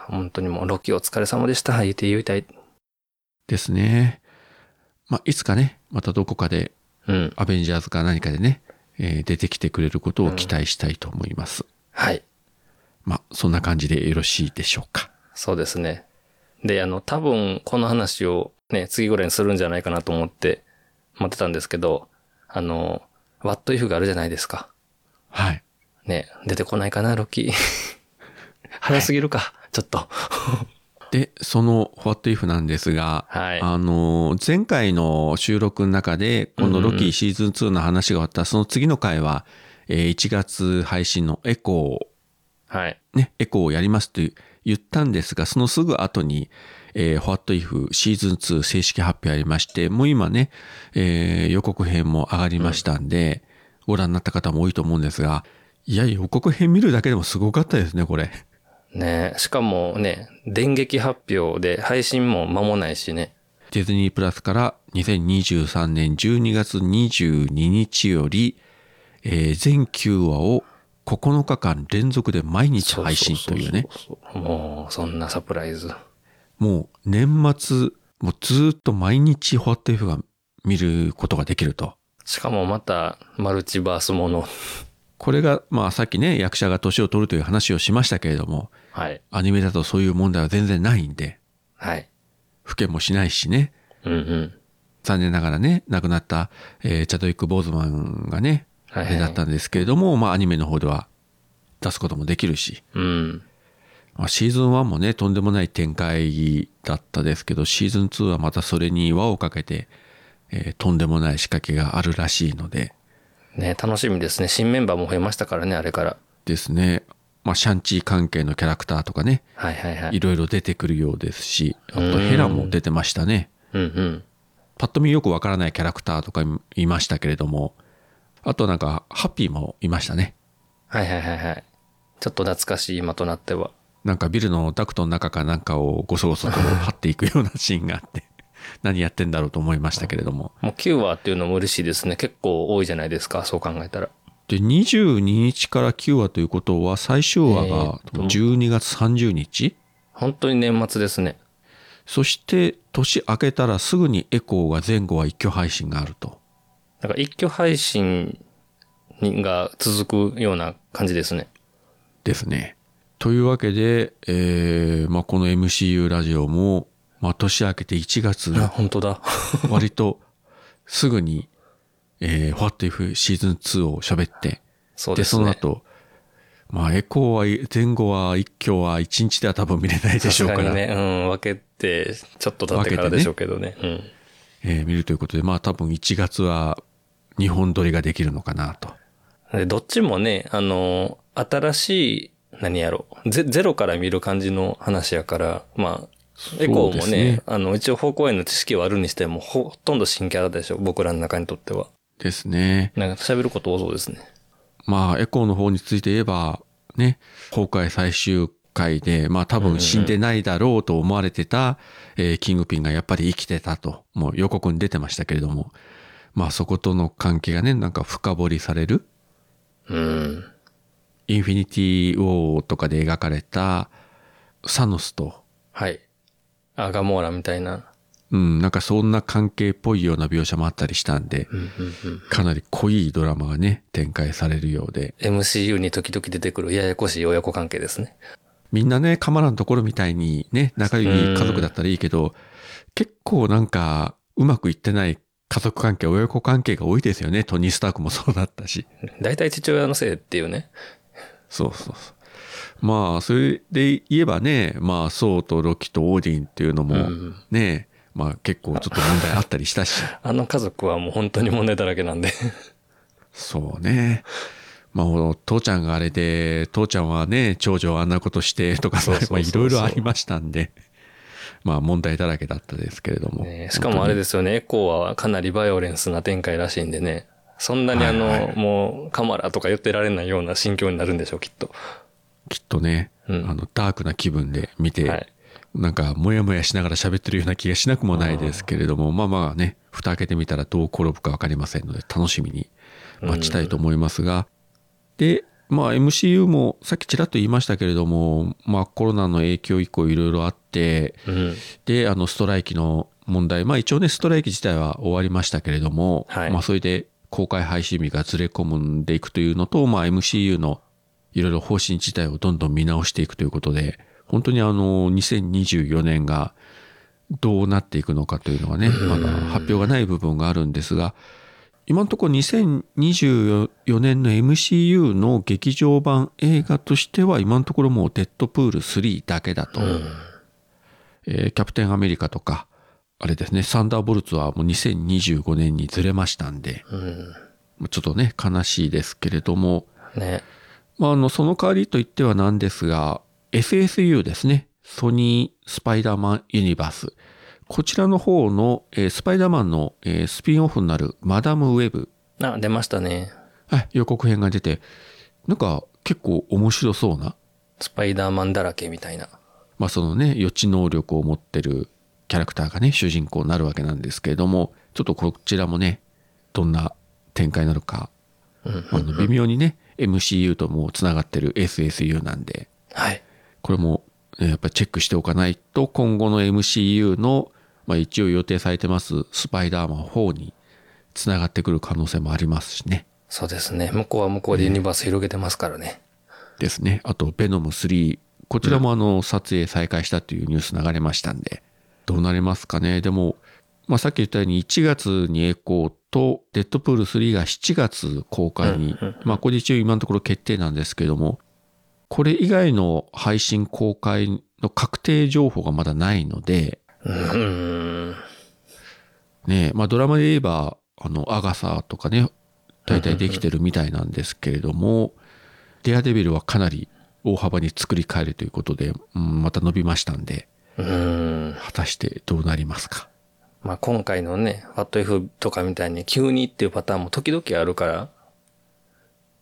Speaker 1: 本当にもう、ロキお疲れ様でした、言うて言いたい。
Speaker 2: ですね。まあいつかね、またどこかで
Speaker 1: うん。
Speaker 2: アベンジャーズか何かでね、えー出てきてくれることを期待したいと思います。
Speaker 1: はい。
Speaker 2: まあ、そんな感じでよろしいでしょうか。
Speaker 1: そうですね。で、あの、多分、この話をね、次ぐらいにするんじゃないかなと思って、待ってたんですけど、あの、What If があるじゃないですか。
Speaker 2: はい。
Speaker 1: ね、出てこないかな、ロキ。 早すぎるか、ちょっと。
Speaker 2: で、その What If なんですが、
Speaker 1: はい。
Speaker 2: あの、前回の収録の中で、このロキシーズン2の話が終わった、その次の回は、えー1月配信のエコ
Speaker 1: はい。
Speaker 2: ー、ね、エコーをやりますと言ったんですが、そのすぐ後に、えー、What If シーズン2正式発表ありまして、もう今ね、えー予告編も上がりましたんで、ご覧になった方も多いと思うんですが、いや、予告編見るだけでもすごかったですね、これ。
Speaker 1: ねしかもね、電撃発表で配信も間もないしね。
Speaker 2: ディズニープラスから2023年12月22日より、えー全9話を9日間連続で毎日配信というね、
Speaker 1: そうそうそうそう。もう、そんなサプライズ。
Speaker 2: もう年末、もうずーっと毎日ホワット F が見ることができると。
Speaker 1: しかもまた、マルチバースもの。
Speaker 2: これが、まあさっきね、役者が年を取るという話をしましたけれども、
Speaker 1: はい。
Speaker 2: アニメだとそういう問題は全然ないんで、
Speaker 1: はい。
Speaker 2: 老けもしないしね、
Speaker 1: うんうん。
Speaker 2: 残念ながらね、亡くなった、えーチャドウィック・ボーズマンがね、
Speaker 1: はい
Speaker 2: あ
Speaker 1: はい
Speaker 2: れだったんですけれども、まあアニメの方では出すこともできるし、
Speaker 1: うん。
Speaker 2: まあ、シーズン1もね、とんでもない展開だったですけど、シーズン2はまたそれに輪をかけて、えーとんでもない仕掛けがあるらしいので、
Speaker 1: ね楽しみですね。新メンバーも増えましたからね、あれから。
Speaker 2: ですね、まあシャンチー関係のキャラクターとかね、
Speaker 1: はいはいはいい。
Speaker 2: ろいろ出てくるようですし、あとヘラも出てましたね。
Speaker 1: うんうん。
Speaker 2: パッと見よくわからないキャラクターとかいましたけれども、あとなんか、ハッピーもいましたね。
Speaker 1: はいはいはいはい。ちょっと懐かしい今となっては。
Speaker 2: なんかビルのダクトの中かなんかをごそごそと張っていくようなシーンがあって、 何やってんだろうと思いましたけれども。
Speaker 1: もう9話っていうのも嬉しいですね。結構多いじゃないですか。そう考えたら。
Speaker 2: で、22日から9話ということは、最終話
Speaker 1: え
Speaker 2: が
Speaker 1: ーっと
Speaker 2: 12月30日、
Speaker 1: 本当に年末ですね。
Speaker 2: そして年明けたらすぐにエコーが前後は一挙配信があると。
Speaker 1: なんか一挙配信にが続くような感じですね。
Speaker 2: ですね。というわけで、えーまあ、この MCU ラジオも、まあ、年明けて1月、
Speaker 1: あ、本当だ。
Speaker 2: 割とすぐに、えー、What If シーズン2を喋って、
Speaker 1: そう
Speaker 2: で、
Speaker 1: です
Speaker 2: その
Speaker 1: ね。
Speaker 2: 後、まあ、エコーはい前後は一挙は一日では多分見れないでしょうか
Speaker 1: さすが
Speaker 2: ら、
Speaker 1: にね、うん、分けて、ちょっと経ってからでしょうけどね。うん。
Speaker 2: えー見るということで、まあ、多分1月は日本撮りができるのかなと。
Speaker 1: でどっちもね、あの、新しい、何やろゼ、ゼロから見る感じの話やから、まあ、エコー
Speaker 2: そうで
Speaker 1: も
Speaker 2: す
Speaker 1: ね、
Speaker 2: ね
Speaker 1: あの、一応方向への知識はあるにしても、ほほとんど新キャラでしょ、僕らの中にとっては。
Speaker 2: ですね。
Speaker 1: なんか喋ること多そうですね。
Speaker 2: まあ、エコーの方について言えば、ね、崩壊最終回で、まあ多分死んでないだろうと思われてた、えーキングピンがやっぱり生きてたと、もう予告に出てましたけれども、まあそことの関係がね、なんか深掘りされる、
Speaker 1: うん。
Speaker 2: インフィニティウォーとかで描かれた、サノスと、
Speaker 1: はい。アガモーラみたいな。
Speaker 2: うん、なんかそんな関係っぽいような描写もあったりしたんで、
Speaker 1: うんうんうん。
Speaker 2: かなり濃いドラマがね、展開されるようで、
Speaker 1: MCU に時々出てくるややこしい親子関係ですね。
Speaker 2: みんなね、カマラのところみたいにね、仲良い家族だったらいいけど、結構なんか、うまくいってない家族関係、親子関係が多いですよね。トニー・スタークもそうだったし。
Speaker 1: 大体父親のせいっていうね。
Speaker 2: そうそうそう。まあ、それで言えばね、まあ、ソウとロキとオーディンっていうのも
Speaker 1: うん
Speaker 2: ね、まあ結構ちょっと問題あったりし たし。
Speaker 1: あの家族はもう本当に問題だらけなんで。
Speaker 2: そうね。まあ、父ちゃんがあれで、父ちゃんはね、長女はあんなことしてとか、
Speaker 1: そうそうそうそう
Speaker 2: まあいろいろありましたんで、まあ問題だらけだったですけれども。
Speaker 1: ねしかもあれですよね、エコーはかなりバイオレンスな展開らしいんでね。そんなにあの、
Speaker 2: はいはい
Speaker 1: もうカマラとか言ってられないような心境になるんでしょう、きっと。
Speaker 2: きっとね、
Speaker 1: うん
Speaker 2: あのダークな気分で見て、
Speaker 1: はい
Speaker 2: なんかモヤモヤしながら喋ってるような気がしなくもないですけれども、まあまあね、蓋開けてみたらどう転ぶかわかりませんので、楽しみに待ちたいと思いますが、で、まあ MCU もさっきちらっと言いましたけれども、まあコロナの影響以降いろいろあって、
Speaker 1: うん。
Speaker 2: で、あのストライキの問題、まあ一応ね、ストライキ自体は終わりましたけれども、
Speaker 1: はい
Speaker 2: まあそれで公開配信日がずれ込んでいくというのと、まあ MCU のいろいろ方針自体をどんどん見直していくということで、本当にあの、2024年がどうなっていくのかというのはね、まだ発表がない部分があるんですが、今のところ2024年の MCU の劇場版映画としては今のところもうデッドプール3だけだと。えーキャプテンアメリカとか、あれですね、サンダーボルツはもう2025年にずれましたんで、
Speaker 1: うん。
Speaker 2: ちょっとね、悲しいですけれども、
Speaker 1: ね。
Speaker 2: まあ、あの、その代わりと言ってはなんですが、SSU ですね、ソニー・スパイダーマン・ユニバース。こちらの方の、えースパイダーマンの、えースピンオフになるマダム・ウェブ、
Speaker 1: あ、出ましたね。
Speaker 2: はい、予告編が出て、なんか結構面白そうな、
Speaker 1: スパイダーマンだらけみたいな。
Speaker 2: まあそのね、予知能力を持ってるキャラクターがね、主人公になるわけなんですけれども、ちょっとこちらもね、どんな展開になるか、
Speaker 1: うん。
Speaker 2: あの微妙にね、MCU ともつながってる SSU なんで、
Speaker 1: はい。
Speaker 2: これもえーやっぱりチェックしておかないと、今後の MCU の、まあ一応予定されてますスパイダーマン4につながってくる可能性もありますしね。
Speaker 1: そうですね。向こうは向こうでユニバース広げてますからね。
Speaker 2: ですね。あと、ベノム3。こちらもあの、撮影再開したというニュース流れましたんで、どうなりますかね。でも、まあ、さっき言ったように1月にエコーと、デッドプール3が7月公開に
Speaker 1: うんうん、
Speaker 2: まあ、これ一応今のところ決定なんですけども、これ以外の配信公開の確定情報がまだないので、
Speaker 1: うん。
Speaker 2: ねまあドラマで言えば、あの、アガサとかね、大体できてるみたいなんですけれども、デアデビルはかなり大幅に作り変えるということで、うん、また伸びましたんで、
Speaker 1: うん。
Speaker 2: 果たしてどうなりますか。
Speaker 1: まあ今回のね、ファット F とかみたいに急にっていうパターンも時々あるから、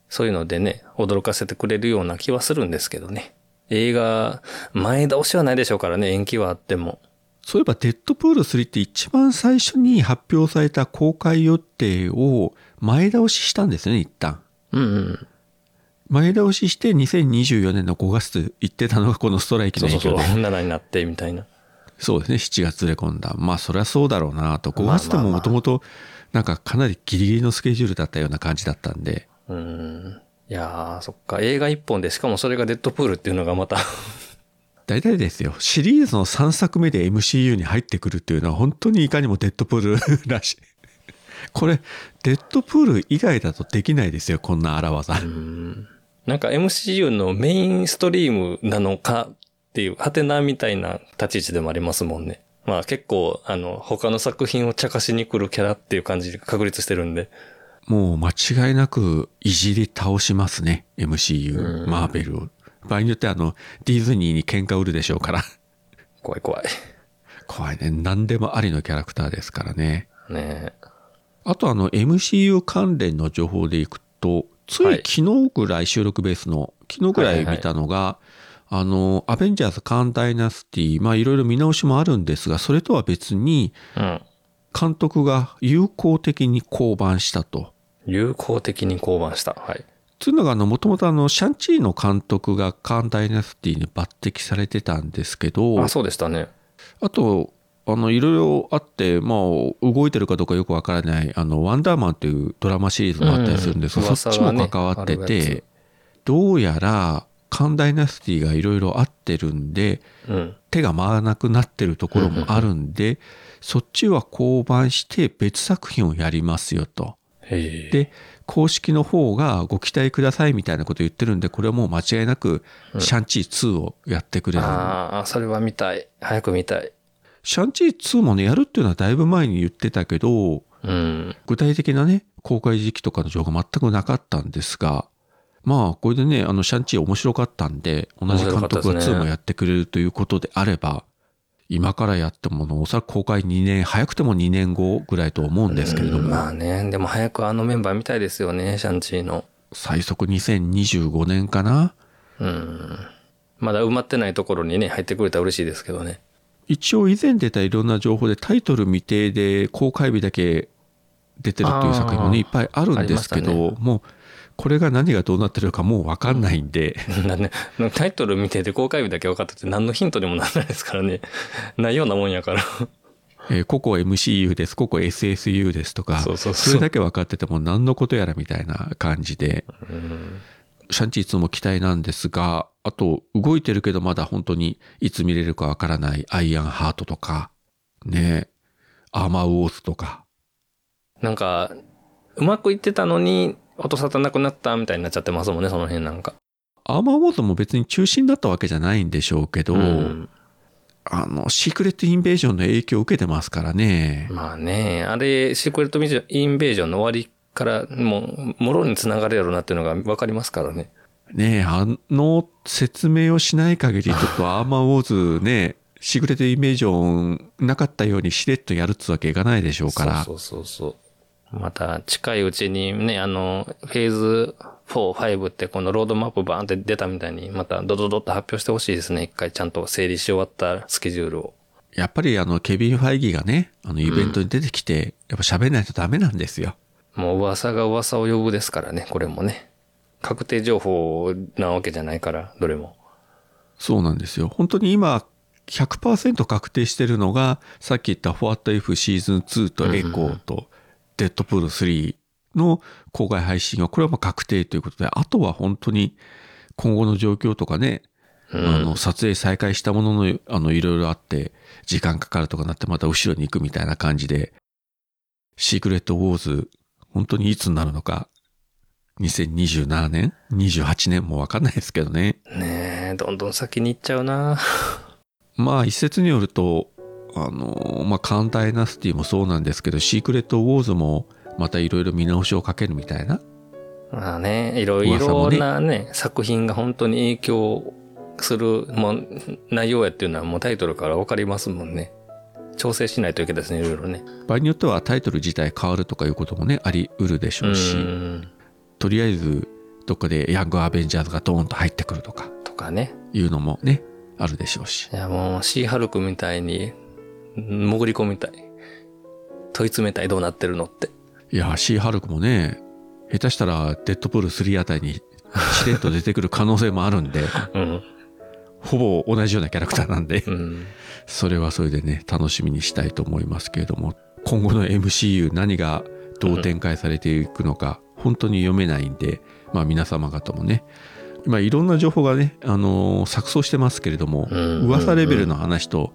Speaker 1: そういうのでね、驚かせてくれるような気はするんですけどね。映画、前倒しはないでしょうからね、延期はあっても。
Speaker 2: そういえば、デッドプール3って一番最初に発表された公開予定を前倒ししたんですよね、一旦。
Speaker 1: うんうん。
Speaker 2: 前倒しして2024年の5月行ってたのがこのストライキ
Speaker 1: そ
Speaker 2: の
Speaker 1: うそう
Speaker 2: 影響
Speaker 1: そう、
Speaker 2: で。そう
Speaker 1: 7になってみたいな。
Speaker 2: ですね、7月ずれ込んだ。まあ、そりゃそうだろうなと。5
Speaker 1: まあまあまあ
Speaker 2: 月でももともと、なんかかなりギリギリのスケジュールだったような感じだったんで。
Speaker 1: うん。いやー、そっか。映画一本で、しかもそれがデッドプールっていうのがまた、
Speaker 2: 大体ですよ、シリーズの3作目で MCU に入ってくるっていうのは本当にいかにもデッドプールらしい。 これ、デッドプール以外だとできないですよ、こんな荒技。
Speaker 1: うん。なんか MCU のメインストリームなのかっていう、ハテナみたいな立ち位置でもありますもんね。まあ結構、あの、他の作品を茶化しに来るキャラっていう感じで確立してるんで。
Speaker 2: もう間違いなくいじり倒しますね、MCU、
Speaker 1: うん
Speaker 2: マーベルを。場合によってあの、ディズニーに喧嘩売るでしょうから。
Speaker 1: 怖い怖い。
Speaker 2: 怖いね、何でもありのキャラクターですからね。
Speaker 1: ねえ。
Speaker 2: あとあの MCU 関連の情報でいくとつ
Speaker 1: はいい
Speaker 2: 昨日ぐらい収録ベースの昨日ぐらい見たのが、あの「アベンジャーズ・カン・ダイナスティ」まあいろいろ見直しもあるんですがそれとは別に
Speaker 1: うん。
Speaker 2: 監督が友好的に降板したと。
Speaker 1: 友好的に降板した。はい。
Speaker 2: というのがもともとシャンチーの監督がカン・ダイナスティに抜擢されてたんですけど
Speaker 1: あ、そうでしたね。
Speaker 2: あと、あの、いろいろあって、まあ、動いてるかどうかよくわからない、あの、ワンダーマンっていうドラマシリーズもあったりするんですが、
Speaker 1: うん
Speaker 2: そっちも関わって
Speaker 1: 噂がねあるや
Speaker 2: て、どうやら、カンダイナスティがいろいろあってるんで、
Speaker 1: うん。
Speaker 2: 手が回らなくなってるところもあるんで、そっちは降板して別作品をやりますよと。
Speaker 1: へえ。
Speaker 2: で、公式の方がご期待くださいみたいなこと言ってるんで、これはもう間違いなく、シャンチー2をやってくれる
Speaker 1: ああ、それは見たい。早く見たい。
Speaker 2: シャンチー2もね、やるっていうのはだいぶ前に言ってたけど、
Speaker 1: うん。
Speaker 2: 具体的なね、公開時期とかの情報が全くなかったんですが、まあ、これでね、あの、シャンチー面白かったんで、同じ
Speaker 1: 面白
Speaker 2: 監督
Speaker 1: かった
Speaker 2: が
Speaker 1: ですね
Speaker 2: 2もやってくれるということであれば、今からやってもの、おそらく公開2年、早くても2年後ぐらいと思うんですけれど
Speaker 1: うん
Speaker 2: も、
Speaker 1: まあね、でも早くあのメンバー見たいですよね、シャンチーの。
Speaker 2: 最速2025年かな
Speaker 1: うん。まだ埋まってないところにね、入ってくれたら嬉しいですけどね。
Speaker 2: 一応以前出たいろんな情報でタイトル未定で公開日だけ出てるっていう作品もねいっぱいあるんですけ
Speaker 1: あ
Speaker 2: ど、
Speaker 1: りま
Speaker 2: もうこれが何がどうなってるかもう分かんない んで、
Speaker 1: だね、タイトル見てて公開日だけ分かってて何のヒントにもならないですからね。 ないようなもんやから。
Speaker 2: えーここ MCU ですここ SSU ですとか
Speaker 1: そうそうそう
Speaker 2: れだけ分かってても何のことやらみたいな感じで
Speaker 1: うん。
Speaker 2: シャンチーツも期待なんですがあと動いてるけどまだ本当にいつ見れるか分からないアイアンハートとかねアーマーウォーズとか
Speaker 1: なんか、うまくいってたのに、音沙汰なくなったみたいになっちゃってますもんね、その辺なんか。
Speaker 2: アーマーウォーズも別に中心だったわけじゃないんでしょうけど、
Speaker 1: ん
Speaker 2: あの、シークレットインベージョンの影響を受けてますからね。
Speaker 1: まあね、あれ、シークレットミジョンインベージョンの終わりから、もう、もろに繋がるやろうなっていうのが分かりますからね。
Speaker 2: ねえ、あの説明をしない限り、ちょっとアーマーウォーズね、シークレットインベージョンなかったようにしれっとやるっつわけいかないでしょうから。
Speaker 1: そうそうそうそう。また近いうちにね、あの、フェーズ4、5ってこのロードマップバーンって出たみたいに、またドドドッと発表してほしいですね。一回ちゃんと整理し終わったスケジュールを。
Speaker 2: やっぱりあの、ケビン・ファイギーがね、あの、イベントに出てきて、やっぱ喋んないとダメなんですよ。
Speaker 1: もう噂が噂を呼ぶですからね、これもね。確定情報なわけじゃないから、どれも。
Speaker 2: そうなんですよ。本当に今、100%確定してるのが、さっき言ったフォアット F シーズン2とエコーとデッドプール3の公開配信は、これはまあ確定ということで、あとは本当に今後の状況とかね、
Speaker 1: うん
Speaker 2: あの撮影再開したものの、あの、いろいろあって、時間かかるとかなって、また後ろに行くみたいな感じで、シークレットウォーズ、本当にいつになるのか、2027年 ?28 年もわかんないですけどね。
Speaker 1: ねえ、どんどん先に行っちゃうな
Speaker 2: まあ一説によるとあのまあカンダイナスティもそうなんですけどシークレットウォーズもまたいろいろ見直しをかけるみたいな
Speaker 1: まあね、いろい
Speaker 2: 噂も
Speaker 1: ろ
Speaker 2: ね
Speaker 1: なね、作品が本当に影響する、もう内容やっていうのはもうタイトルからわかりますもんね。調整しないといけないですね、いろいろね。
Speaker 2: 場合によってはタイトル自体変わるとかいうこともねありうるでし
Speaker 1: う
Speaker 2: ょうし、
Speaker 1: ん。
Speaker 2: とりあえずどっかでヤングアベンジャーズがドーンと入ってくるとか
Speaker 1: とかね。
Speaker 2: いうのもねあるでしょうし
Speaker 1: いや、もう、シーハルクみたいに、潜り込みたい。問い詰めたい、どうなってるのって。
Speaker 2: いやーシーハルクもね下手したらデッドプール3あたりにしれっと出てくる可能性もあるんで
Speaker 1: うん。
Speaker 2: ほぼ同じようなキャラクターなんで
Speaker 1: うん。
Speaker 2: それはそれでね楽しみにしたいと思いますけれども今後の MCU 何がどう展開されていくのか本当に読めないんで、まあ、皆様方もね今いろんな情報がね、あのー錯綜してますけれども、
Speaker 1: うん
Speaker 2: 噂レベルの話と、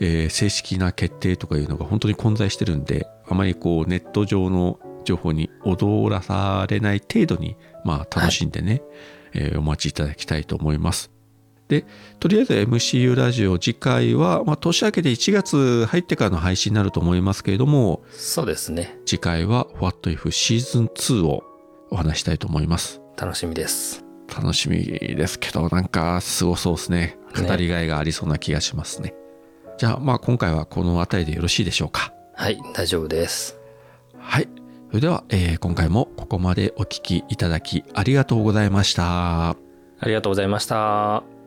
Speaker 2: えー正式な決定とかいうのが本当に混在してるんであまりこうネット上の情報に踊らされない程度に、まあ、楽しんでね、えーお待ちいただきたいと思います。でとりあえず MCU ラジオ次回は、まあ、年明けで1月入ってからの配信になると思いますけれども
Speaker 1: そうですね。
Speaker 2: 次回は「What If シーズン2」をお話したいと思います
Speaker 1: 楽しみです。
Speaker 2: 楽しみですけどなんかすごそうですね
Speaker 1: ね
Speaker 2: 語りがいがありそうな気がしますねじゃあまあ今回はこの辺りでよろしいでしょうか
Speaker 1: はい、大丈夫です。
Speaker 2: はいそれでは、えー今回もここまでお聞きいただきありがとうございました
Speaker 1: ありがとうございました。